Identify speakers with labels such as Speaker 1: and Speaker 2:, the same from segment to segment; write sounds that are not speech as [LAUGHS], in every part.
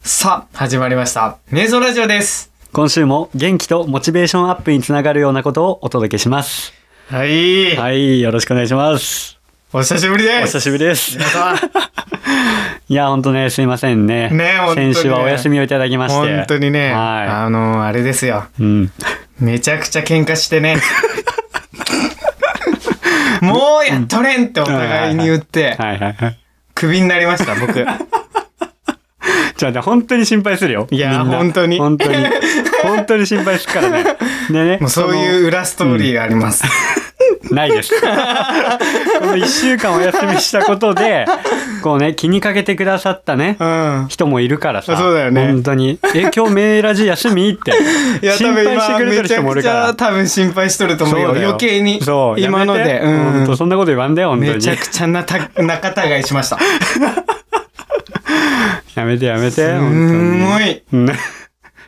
Speaker 1: さあ、始まりました。メイゾラジオです。
Speaker 2: 今週も元気とモチベーションアップにつながるようなことをお届けします。
Speaker 1: はい。
Speaker 2: はい、よろしくお願いします。
Speaker 1: お久しぶりです。
Speaker 2: お久しぶりです。
Speaker 1: り。
Speaker 2: いや、本当ね、すいませんね。
Speaker 1: ね本当にね
Speaker 2: 先週はお休みをいただきまして。
Speaker 1: 本当にね、
Speaker 2: は
Speaker 1: あの、あれですよ。
Speaker 2: い。うん。
Speaker 1: めちゃくちゃ喧嘩して
Speaker 2: [LAUGHS]
Speaker 1: ね。もうやっとれんってお互いに言って、
Speaker 2: はいはいはい。
Speaker 1: クビになりました、僕。
Speaker 2: じゃあね、本当に心配するよ。
Speaker 1: いや
Speaker 2: みんな
Speaker 1: 本当に
Speaker 2: 本当
Speaker 1: [LAUGHS]
Speaker 2: に。本当に心配するからね。でね。
Speaker 1: もうそういう裏ストーリーがあります。
Speaker 2: な
Speaker 1: [LAUGHS]
Speaker 2: いです。この一週間お休みしたことで、こうね、気にかけてくださったね
Speaker 1: う、ん。
Speaker 2: 人もいるからさ。
Speaker 1: そうだよね
Speaker 2: 本当に。え、今日メイラジ休みって。
Speaker 1: [LAUGHS] いや、多
Speaker 2: 心
Speaker 1: 分
Speaker 2: 配して
Speaker 1: 今、
Speaker 2: くれて
Speaker 1: め
Speaker 2: る
Speaker 1: ちゃ
Speaker 2: 人もい
Speaker 1: く
Speaker 2: る
Speaker 1: ち
Speaker 2: か
Speaker 1: ゃ
Speaker 2: ら。
Speaker 1: 多分心配しとると思うよ。
Speaker 2: だよ
Speaker 1: 余計に。
Speaker 2: そう。
Speaker 1: 今の
Speaker 2: やめ
Speaker 1: で。
Speaker 2: て
Speaker 1: うん
Speaker 2: 本当そんなこと言わんだよ、本当
Speaker 1: め
Speaker 2: に
Speaker 1: ち。ゃくちゃなた [LAUGHS] 仲違いしました。
Speaker 2: やめてやめて、
Speaker 1: す
Speaker 2: 本
Speaker 1: んごい。
Speaker 2: 当に。うん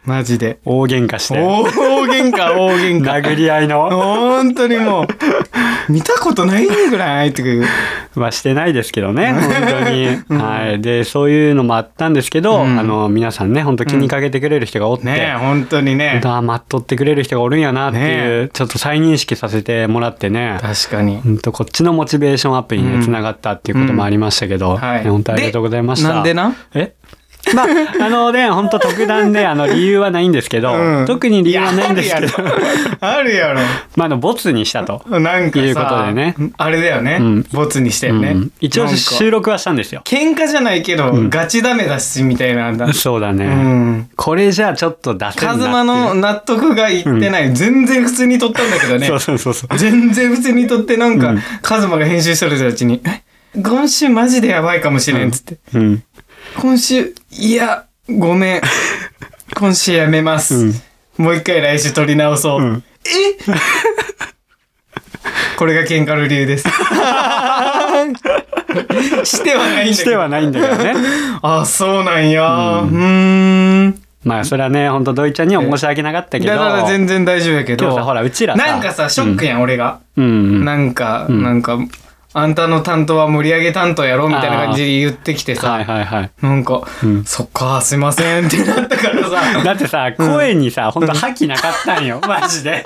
Speaker 1: マジで。
Speaker 2: 大喧嘩して。
Speaker 1: 大喧嘩、大喧嘩。
Speaker 2: 殴り合いの。
Speaker 1: 本当にもう、
Speaker 2: [LAUGHS]
Speaker 1: 見たことないぐらいっていう。
Speaker 2: はしてないですけどね、本当に。はい。で、そういうのもあったんですけど、
Speaker 1: うん
Speaker 2: あの、皆さんね、本当気にかけてくれる人がおって。
Speaker 1: ねえ、本当にね。
Speaker 2: だ待っとってくれる人がおるんやなっていう、ちょっと再認識させてもらってね。
Speaker 1: 確かに。
Speaker 2: うんとこっちのモチベーションアップに
Speaker 1: うん
Speaker 2: ね、つながったっていうこともありましたけど、
Speaker 1: はい。
Speaker 2: ね本当ありがとうございました。
Speaker 1: でなんでな
Speaker 2: えまあ、あのね、本当特段ね、あの理由はないんですけど、
Speaker 1: うん
Speaker 2: 特に理由はないんですけど、
Speaker 1: いやあるやろ。
Speaker 2: [LAUGHS] まあ、あの、ボツにしたと。
Speaker 1: なんか
Speaker 2: いうこと
Speaker 1: さ、
Speaker 2: でね
Speaker 1: あれだよね。
Speaker 2: うん
Speaker 1: ボツにしたよね。
Speaker 2: うん一応
Speaker 1: なんか
Speaker 2: 収録はしたんですよ。
Speaker 1: 喧嘩じゃないけど、ガチダメだし、みた
Speaker 2: [LAUGHS]
Speaker 1: いなんだ。
Speaker 2: そうだね、
Speaker 1: うん。
Speaker 2: これじゃあちょっと出せんな
Speaker 1: カ
Speaker 2: っていう
Speaker 1: ズマの納得がいってない。全然普通に撮ったんだけ
Speaker 2: [LAUGHS]
Speaker 1: どね。
Speaker 2: そうそうそうそう。
Speaker 1: 全然普通に撮ってなんか、
Speaker 2: うん
Speaker 1: カズマが編集してる人たちに、え今週マジでやばいかもしれんっつって。
Speaker 2: うん。
Speaker 1: 今週、いや、ごめん。今週やめます。
Speaker 2: うん
Speaker 1: もう一回来週撮り直そう。
Speaker 2: うん
Speaker 1: えこれが喧嘩の理由
Speaker 2: [LAUGHS]
Speaker 1: です。してはないんだけど。
Speaker 2: してはないんだけどね。
Speaker 1: あ、そうなんや。うーん。
Speaker 2: まあ、それはね、本当ドイちゃんには申し訳なかったけ
Speaker 1: い
Speaker 2: ど。
Speaker 1: やだから全然大丈夫やけ
Speaker 2: 今
Speaker 1: ど
Speaker 2: 日さ、。ほら、うちらさ。
Speaker 1: なんかさ、ショックやん、俺が。
Speaker 2: うんうん。
Speaker 1: なんか、
Speaker 2: ん
Speaker 1: なんか、あんたの担当は盛り上げ担当やろみたいな感じで言ってきてさ、
Speaker 2: はいはいはい。
Speaker 1: なんか、
Speaker 2: うん
Speaker 1: そっか、すいませんってなったから
Speaker 2: [LAUGHS]
Speaker 1: さ、
Speaker 2: だってさ、声にさ、本当覇気なかっ
Speaker 1: [LAUGHS]
Speaker 2: たんよ、マジで。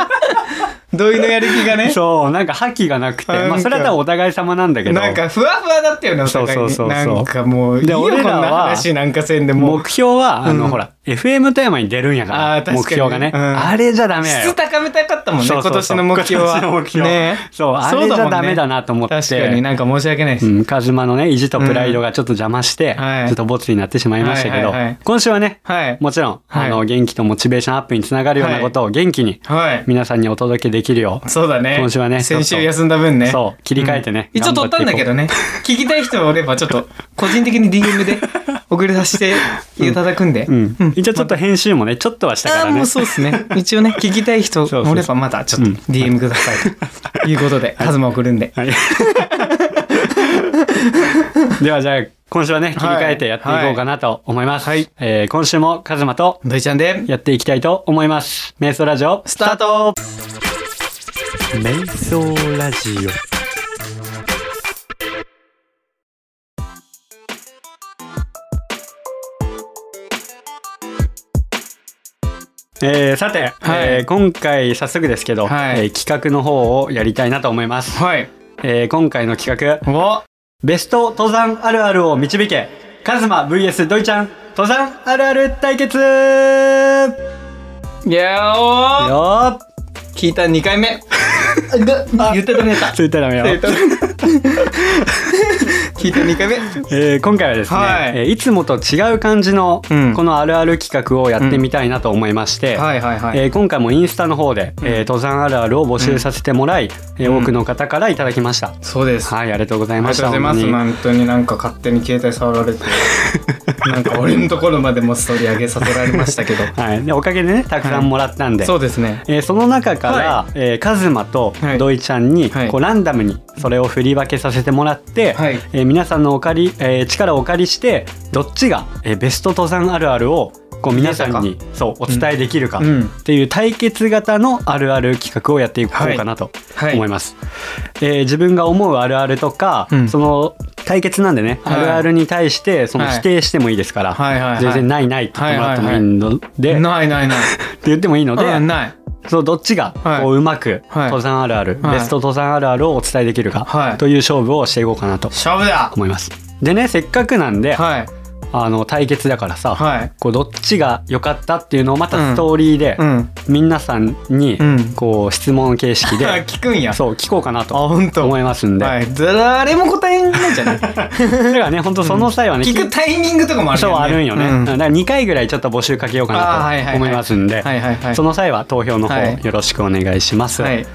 Speaker 1: 同意のやる気がね、
Speaker 2: そう、なんか覇気がなくて。
Speaker 1: なんか
Speaker 2: まあ、それは多分お互い様なんだけど。
Speaker 1: なんかふわふわだったよね、お互いに。
Speaker 2: そうそうそうそう
Speaker 1: なんかもう、いい
Speaker 2: で
Speaker 1: よ、こん
Speaker 2: 俺
Speaker 1: な
Speaker 2: らは
Speaker 1: 話なんかせんでもう。
Speaker 2: 目標は、あの、
Speaker 1: うん
Speaker 2: ほら、FM 富山に出るんやから。
Speaker 1: あー確かに
Speaker 2: 目標がね、
Speaker 1: うん
Speaker 2: あれじゃダメや
Speaker 1: 質
Speaker 2: よ。
Speaker 1: 高めたかったもんね、
Speaker 2: そうそうそう
Speaker 1: 今年の目標は。
Speaker 2: 今年の目標
Speaker 1: ね
Speaker 2: そう、あれじゃダメだ
Speaker 1: な
Speaker 2: なと思って。
Speaker 1: 確かに、なんか申し訳ないです。
Speaker 2: うん、カズマのね、意地とプライドがちょっと邪魔して、
Speaker 1: うんはい
Speaker 2: ちょっとボツになってしまいましたけど、
Speaker 1: はいはいはい
Speaker 2: 今週はね、
Speaker 1: はい。
Speaker 2: もちろん、
Speaker 1: はい
Speaker 2: あの、元気とモチベーションアップにつながるようなことを元気に
Speaker 1: はい。
Speaker 2: 皆さんにお届けできるよう、
Speaker 1: そうだね。
Speaker 2: 今週はね
Speaker 1: 先週
Speaker 2: ちょっと
Speaker 1: 休んだ分ね。
Speaker 2: そう、切り替えてね。
Speaker 1: 一応撮ったんだけどね。聞きたい人がおれば、ちょっと、個人的に DM で送りさせていただくんで。
Speaker 2: うん
Speaker 1: うん。
Speaker 2: 一応ちょっと編集もね、ちょっとはしたか
Speaker 1: ああ、
Speaker 2: ら
Speaker 1: も
Speaker 2: ね
Speaker 1: う。そうですね。一応ね、聞きたい人
Speaker 2: そう
Speaker 1: おれば、またちょっと
Speaker 2: うん
Speaker 1: DM ください。ということで、カズマ送るんで。
Speaker 2: はい。 [LAUGHS] ではじゃあ、今週はね、切り替えてやっていこうかなと思います。
Speaker 1: はいはい
Speaker 2: えー今週もカズマと
Speaker 1: 土井ちゃんで、
Speaker 2: やっていきたいと思います。瞑想ラジオ、
Speaker 1: スタート
Speaker 2: 瞑想ラジオ。えーさて、えー今回早速ですけど、
Speaker 1: はい
Speaker 2: えー企画の方をやりたいなと思います。
Speaker 1: はい。
Speaker 2: えー今回の企画、
Speaker 1: お
Speaker 2: ベスト登山あるあるを導けカズマ VS ドイちゃん登山あるある対決よ
Speaker 1: いやーおー
Speaker 2: ー
Speaker 1: 聞いた2回目。あ言ってたねた。
Speaker 2: ついたらめ
Speaker 1: [LAUGHS]
Speaker 2: よ、
Speaker 1: 言った聞いた2回目。
Speaker 2: えー今回はですね、
Speaker 1: はい
Speaker 2: いえーいつもと違う感じの
Speaker 1: うん
Speaker 2: このあるある企画をやってみたいなと思いまして、
Speaker 1: はいはいはい。
Speaker 2: えー今回もインスタの方で、えー登山あるあるを募集させてもらい、えー多くの方からいただきました、
Speaker 1: そうです。
Speaker 2: はいありがとうござ
Speaker 1: あ
Speaker 2: い
Speaker 1: り
Speaker 2: ま
Speaker 1: が
Speaker 2: し
Speaker 1: とう
Speaker 2: た
Speaker 1: ございます。
Speaker 2: 本当に
Speaker 1: 本当になんか勝手に携帯触られ
Speaker 2: [LAUGHS]
Speaker 1: て、なんか俺のところまでも取り上げさせられましたけど。
Speaker 2: はい、でおかげでねたくさんもらったんで、
Speaker 1: そうですね。
Speaker 2: えーその中から、
Speaker 1: は
Speaker 2: えーカズマと
Speaker 1: はい
Speaker 2: ドイちゃんに、
Speaker 1: はい
Speaker 2: こうランダムにそれを振り分けさせてもらって、
Speaker 1: はい
Speaker 2: えー皆さんのお借り、えー力をお借りしてどっちが、えーベスト登山あるあるをこう皆さんにそうお伝えできるか
Speaker 1: うん
Speaker 2: っていう対決型のあるある企画をやっていこうかなと
Speaker 1: はい
Speaker 2: 思います。えー自分が思うあるあるとか、
Speaker 1: うん
Speaker 2: その対決なんでね、
Speaker 1: はい
Speaker 2: あるあるに対してその
Speaker 1: はい
Speaker 2: 否定してもいいですから、
Speaker 1: はいはいはい
Speaker 2: 全然ないないって言ってもらってもいいので、って
Speaker 1: ないないない。
Speaker 2: 言ってもいいので、
Speaker 1: うん、ない。
Speaker 2: そのどっちが
Speaker 1: はい
Speaker 2: こううまく
Speaker 1: はい
Speaker 2: 登山あるある、
Speaker 1: はい
Speaker 2: ベスト登山あるあるをお伝えできるか、
Speaker 1: はい
Speaker 2: という勝負をしていこうかなと
Speaker 1: 勝負だ
Speaker 2: 思います。でねせっかくなんで、
Speaker 1: はい。
Speaker 2: あの対決だからさ、
Speaker 1: はい。
Speaker 2: こうどっちが良かったっていうのをまたストーリーで、
Speaker 1: うん。
Speaker 2: 皆さんに
Speaker 1: うん
Speaker 2: こう質問形
Speaker 1: [LAUGHS]
Speaker 2: 式で、
Speaker 1: 聞くんや。
Speaker 2: そう聞こうかな
Speaker 1: あ、
Speaker 2: と
Speaker 1: ほんと。
Speaker 2: 思いますんで、
Speaker 1: はい。誰も答えないじ
Speaker 2: [LAUGHS]
Speaker 1: ゃない
Speaker 2: だからね本当その際はね、
Speaker 1: 聞くタイミングとかもある
Speaker 2: そうあるんよね、
Speaker 1: うん
Speaker 2: だから2回ぐらいちょっと募集かけようか
Speaker 1: あーはいはいは
Speaker 2: なと
Speaker 1: い
Speaker 2: 思いますんで、
Speaker 1: はいはいはい。
Speaker 2: その際は投票の方
Speaker 1: はい
Speaker 2: よろしくお願いします、
Speaker 1: はい。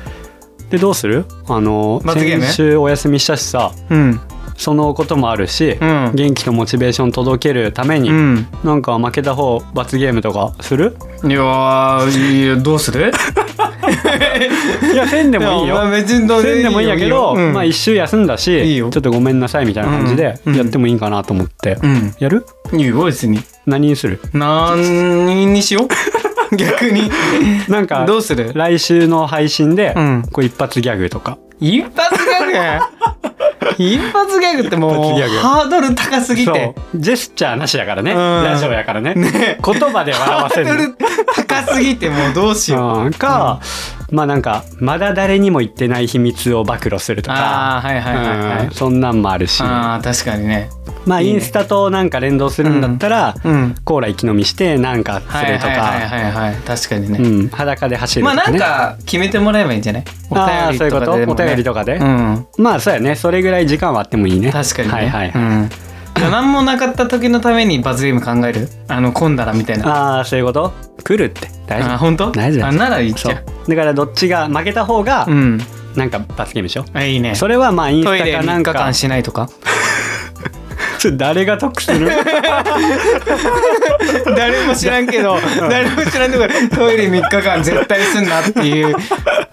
Speaker 2: でどうするあの
Speaker 1: 罰ゲーム
Speaker 2: 先週お休みしたしさ
Speaker 1: うん。
Speaker 2: そのこともあるし、
Speaker 1: うん
Speaker 2: 元気とモチベーション届けるために、
Speaker 1: うん。
Speaker 2: なんか負けた方罰ゲームとか
Speaker 1: [LAUGHS]
Speaker 2: する
Speaker 1: いやー、いいよどうする
Speaker 2: いや [LAUGHS] せんでもいい
Speaker 1: やまあ
Speaker 2: よ
Speaker 1: 別にどう
Speaker 2: せんでもいいんやけど
Speaker 1: うん
Speaker 2: まあ一周休んだし
Speaker 1: いい
Speaker 2: ちょ
Speaker 1: よ
Speaker 2: っとごめんなさいみたいな感じで
Speaker 1: うんうん
Speaker 2: やってもいいかなと思って、
Speaker 1: うん。
Speaker 2: やる
Speaker 1: いいよ、別に。
Speaker 2: 何にする
Speaker 1: 何にしよ
Speaker 2: [LAUGHS]
Speaker 1: う逆に。
Speaker 2: なんか
Speaker 1: どうする
Speaker 2: 来週の配信で、
Speaker 1: うん
Speaker 2: こう一発ギャグとか
Speaker 1: 一発ギャグ
Speaker 2: [LAUGHS]
Speaker 1: 一発ギャグっても
Speaker 2: 一
Speaker 1: う
Speaker 2: 発ギャグ
Speaker 1: ハードル高すぎて
Speaker 2: そうジェスチャーなしやからね
Speaker 1: うん
Speaker 2: ラジオやからね
Speaker 1: ね
Speaker 2: 言葉で笑
Speaker 1: ハ
Speaker 2: わせ
Speaker 1: ー [LAUGHS] ド
Speaker 2: る
Speaker 1: ル高すぎてもうどうしよう
Speaker 2: うんか、まあなんかまだ誰にも言ってない秘密を暴露するとか
Speaker 1: ああはいはいはいはい
Speaker 2: うんそんなんもあるし
Speaker 1: あー確かにね
Speaker 2: まあ
Speaker 1: いい
Speaker 2: イ
Speaker 1: ね
Speaker 2: ンスタとなんか連動するんだったら、
Speaker 1: うん
Speaker 2: コーラ一気飲みしてなんか
Speaker 1: は
Speaker 2: す
Speaker 1: い
Speaker 2: ると
Speaker 1: はいはい
Speaker 2: か、
Speaker 1: はいはい確かに
Speaker 2: う
Speaker 1: ね
Speaker 2: ん、裸で走る
Speaker 1: まあ
Speaker 2: とか、ね
Speaker 1: なんか決めてもらえばいいんじゃないお
Speaker 2: あー
Speaker 1: 便りとか
Speaker 2: そうい
Speaker 1: で
Speaker 2: うこ
Speaker 1: も
Speaker 2: とお便りとかで、
Speaker 1: うん
Speaker 2: まあそうやねそれぐらい時間はあってもいいね
Speaker 1: 確かにね
Speaker 2: はいはい、はい
Speaker 1: うんじゃあ何もなかった時のために罰ゲーム考えるあの混んだらみたいな
Speaker 2: ああそういうこと来るって大
Speaker 1: あ
Speaker 2: 丈
Speaker 1: 本当
Speaker 2: 大丈夫
Speaker 1: あならいい
Speaker 2: 夫
Speaker 1: じ
Speaker 2: そ
Speaker 1: ゃん
Speaker 2: うだからどっちが負けた方が、
Speaker 1: うん
Speaker 2: なんか罰ゲームしよう
Speaker 1: あいいね
Speaker 2: それはまあインス
Speaker 1: トイ
Speaker 2: タ
Speaker 1: レ
Speaker 2: かな
Speaker 1: 3
Speaker 2: ん
Speaker 1: 日
Speaker 2: か
Speaker 1: 間しないとか
Speaker 2: ちょ誰が
Speaker 1: [LAUGHS]
Speaker 2: 得する
Speaker 1: 誰も知らんけど誰も知らんけどトイレ3日間絶対すんなっていう3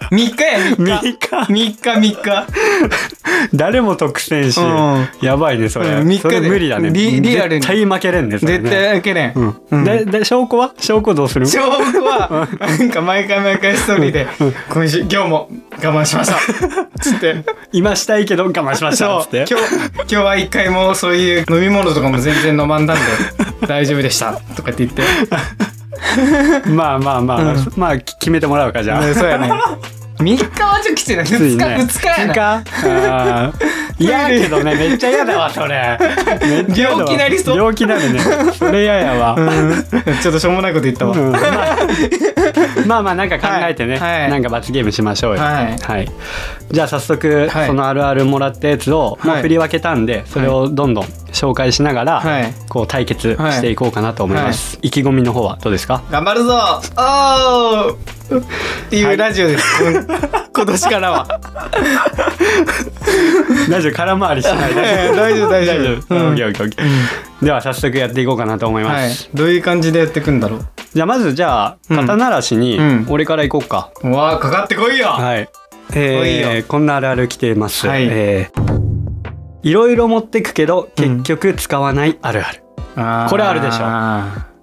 Speaker 1: 日や3日
Speaker 2: 三日
Speaker 1: 3日3日
Speaker 2: 誰も得せんし、
Speaker 1: うん
Speaker 2: やばいねそれ、
Speaker 1: うん三日で
Speaker 2: それ無理だね
Speaker 1: リリアルに
Speaker 2: 絶対負けれんねそれね
Speaker 1: 絶対開けれん、
Speaker 2: うんでで証拠は証拠どうする
Speaker 1: 証拠はなんか毎回毎回ストーリーで「今週今日も我慢しました」つって
Speaker 2: 今したいけど我慢しました
Speaker 1: そ
Speaker 2: っ
Speaker 1: う
Speaker 2: つって
Speaker 1: 今日今日は一回もそういう飲み物とかも全然飲まんだんで大丈夫でしたとかって
Speaker 2: [LAUGHS]
Speaker 1: 言って
Speaker 2: まあまあまあ、
Speaker 1: うん
Speaker 2: まあき決めてもらうかじゃあ、
Speaker 1: ねそうやね3日はちょっときついな2
Speaker 2: つい
Speaker 1: 日
Speaker 2: ね
Speaker 1: 2日やな
Speaker 2: 二日あー嫌やけどねめっちゃ嫌だわそれめっちゃ嫌だわ
Speaker 1: 病気なりそう
Speaker 2: 病気なるねそれ嫌やわ、
Speaker 1: ちょっとしょうもないこと言ったわ。
Speaker 2: うんまあまあまあなんか考えてね、
Speaker 1: はいはい
Speaker 2: なんか罰ゲームしましょうよ
Speaker 1: はい
Speaker 2: じゃあ早速、
Speaker 1: はい
Speaker 2: そのあるあるもらったやつを、もう
Speaker 1: はい
Speaker 2: 振り分けたんでそれをどんどん紹介しながら、
Speaker 1: はい
Speaker 2: こう対決していこうかなと思います、意気込みの方はどうで
Speaker 1: [LAUGHS]
Speaker 2: すか
Speaker 1: 頑張るぞおーっていうラジオです。
Speaker 2: [LAUGHS]
Speaker 1: うん今年からは。
Speaker 2: 大丈夫空回りしないで
Speaker 1: えー大丈夫大丈
Speaker 2: 大丈
Speaker 1: 夫。
Speaker 2: 夫、
Speaker 1: うん
Speaker 2: オッケーオッケーオッケーでは早速やっていこうかなと思います、
Speaker 1: はい。どういう感じでやってくんだろ
Speaker 2: じゃあまずじゃあ
Speaker 1: うん
Speaker 2: 肩慣らしに
Speaker 1: うん
Speaker 2: 俺からいこうか、
Speaker 1: う。うわあかかってこいよ。
Speaker 2: は
Speaker 1: お
Speaker 2: い。
Speaker 1: い
Speaker 2: えー
Speaker 1: よ
Speaker 2: こんなあるある来てます。
Speaker 1: はい
Speaker 2: えーいろいろ持ってくけど
Speaker 1: うん
Speaker 2: 結局使わないあるある、
Speaker 1: あー
Speaker 2: これあるでし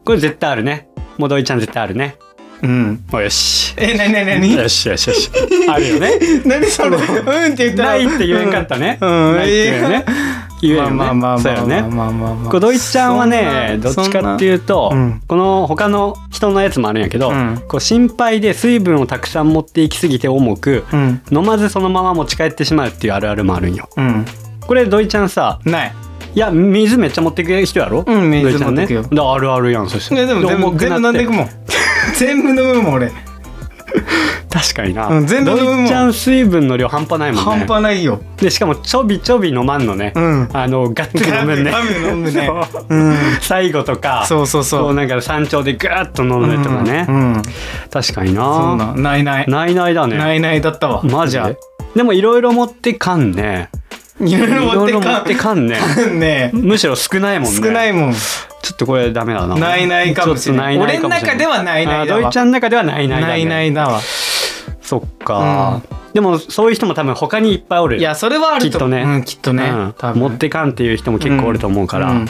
Speaker 2: これ絶対あるねもどいちゃん絶対あるね
Speaker 1: うん。
Speaker 2: およし
Speaker 1: え、なになになに
Speaker 2: よしよし
Speaker 1: [LAUGHS]
Speaker 2: よしあるよね
Speaker 1: 何そ
Speaker 2: [LAUGHS]
Speaker 1: れ。うんって言ったら。
Speaker 2: ないって言えんかったね、
Speaker 1: うんうん
Speaker 2: ないって言えんね言え
Speaker 1: ま
Speaker 2: よ
Speaker 1: あ
Speaker 2: ね
Speaker 1: まあまあ
Speaker 2: そ
Speaker 1: ま
Speaker 2: う
Speaker 1: あ
Speaker 2: よ
Speaker 1: まあ
Speaker 2: ね
Speaker 1: まあまあまあ。
Speaker 2: こうどいちゃんはねどっ
Speaker 1: そんな
Speaker 2: ちかっていうと、
Speaker 1: そんなうん
Speaker 2: この他の人のやつもあるんやけど、
Speaker 1: うん
Speaker 2: こう心配で水分をたくさん持っていきすぎて重く、
Speaker 1: うん。
Speaker 2: 飲まずそのまま持ち帰ってしまうっていうあるあるもあるんよ
Speaker 1: うん。
Speaker 2: これドイちゃんさ
Speaker 1: ない。
Speaker 2: いや水めっちゃ持ってく人やろ
Speaker 1: うん水
Speaker 2: ドイちゃね
Speaker 1: 持ってくよ
Speaker 2: だあるあるやんそし
Speaker 1: い
Speaker 2: て
Speaker 1: やでも全部
Speaker 2: 重く
Speaker 1: 全部
Speaker 2: なって
Speaker 1: 飲んでいく
Speaker 2: [LAUGHS]
Speaker 1: もん。全部飲むもん俺。
Speaker 2: 確かにな、
Speaker 1: うん全部飲むもん
Speaker 2: ドイちゃん水分の量半端ないもんね
Speaker 1: 半端ないよ。
Speaker 2: でしかもちょびちょび飲まんのね、
Speaker 1: うん。
Speaker 2: あのガッツリ
Speaker 1: [LAUGHS]
Speaker 2: 飲むね
Speaker 1: ガッツリ飲むね
Speaker 2: [LAUGHS] そう
Speaker 1: うん。
Speaker 2: 最後とか
Speaker 1: そうそうそう
Speaker 2: こなんか山頂でガーッと飲むとかね、
Speaker 1: うんうん
Speaker 2: 確かに
Speaker 1: そん
Speaker 2: な
Speaker 1: なないない
Speaker 2: ないないだね
Speaker 1: ないないだったわ
Speaker 2: マジ
Speaker 1: じゃあ
Speaker 2: ででもいろいろ持ってかんね
Speaker 1: いろいろ
Speaker 2: い
Speaker 1: 持
Speaker 2: ろ
Speaker 1: っ
Speaker 2: い
Speaker 1: て
Speaker 2: ろ持って
Speaker 1: か
Speaker 2: かんね
Speaker 1: んね
Speaker 2: むしろ少ないもんね
Speaker 1: 少ないもん
Speaker 2: ちょっとこれダメだな。
Speaker 1: ないないかもしれない
Speaker 2: ちょっとかもしれ
Speaker 1: 俺の中ではないないだ
Speaker 2: あ
Speaker 1: わ
Speaker 2: ドイちゃんの中ではないないだね、
Speaker 1: ないないだわ
Speaker 2: そっか、でもそういう人も多分他にいっぱいおる。
Speaker 1: いやそれはあると思う
Speaker 2: きっとね
Speaker 1: うんきっと
Speaker 2: うん
Speaker 1: ね多分
Speaker 2: 持ってかんっていう人も結構おると思うから、
Speaker 1: うん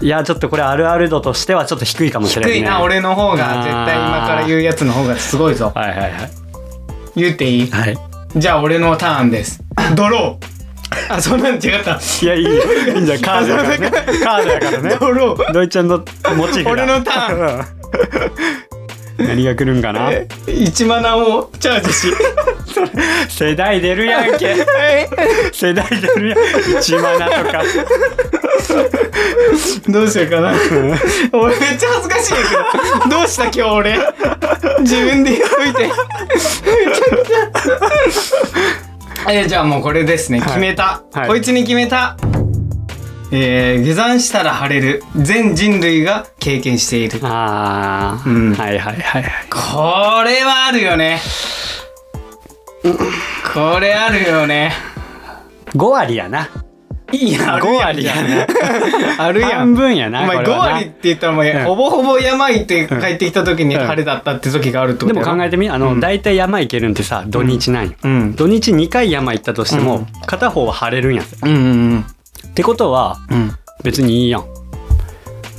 Speaker 2: いやちょっとこれあるある度としてはちょっと低いかもしれない、ね、
Speaker 1: 低いな俺の方
Speaker 2: あー
Speaker 1: が絶対今から言うやつの方がすごいぞ
Speaker 2: はいはいはい
Speaker 1: 言っていい
Speaker 2: はい
Speaker 1: じゃあ俺のターンですドローあ、そうなん違った。
Speaker 2: いやいいよいいんじゃんカードやから
Speaker 1: [LAUGHS]
Speaker 2: ねカードやからね
Speaker 1: ドロー。
Speaker 2: ドイちゃんのモチーフだ
Speaker 1: 俺のタ
Speaker 2: うん何が来るんかな
Speaker 1: 1マナをチャージし。
Speaker 2: 世代出るやんけ世代出
Speaker 1: [LAUGHS]
Speaker 2: るやん一マナとか
Speaker 1: どうしようかな。俺めっちゃ恥ずかしいんやけど。どうした今日俺。自分で言っといて。めちゃくちゃ。 [LAUGHS] えじゃあもうこれですね。
Speaker 2: い
Speaker 1: 決めた、
Speaker 2: はい
Speaker 1: こいつに決めた。えー、下山したら晴れる全人類が経験しているこ
Speaker 2: あ
Speaker 1: う
Speaker 2: あ、
Speaker 1: ん
Speaker 2: はいはいはいはい
Speaker 1: れはあるよねこれあるよね
Speaker 2: 5割やない
Speaker 1: やある
Speaker 2: 5
Speaker 1: やん
Speaker 2: 割やな
Speaker 1: [LAUGHS] あるやん
Speaker 2: 半分やな
Speaker 1: お前
Speaker 2: こ
Speaker 1: 5
Speaker 2: れはな
Speaker 1: 割って言ったらお前、
Speaker 2: うん
Speaker 1: ほぼほぼ山行って帰ってきた時に
Speaker 2: うん
Speaker 1: 晴れだったって時があるってこ
Speaker 2: で
Speaker 1: と
Speaker 2: も考え
Speaker 1: え
Speaker 2: てみあの、大体山行けるんってさ土日なんよ、
Speaker 1: うん
Speaker 2: 土日2回山行ったとしても、
Speaker 1: うん
Speaker 2: 片方は晴れるんや
Speaker 1: うんうん
Speaker 2: ってことは
Speaker 1: うん
Speaker 2: 別にいいやん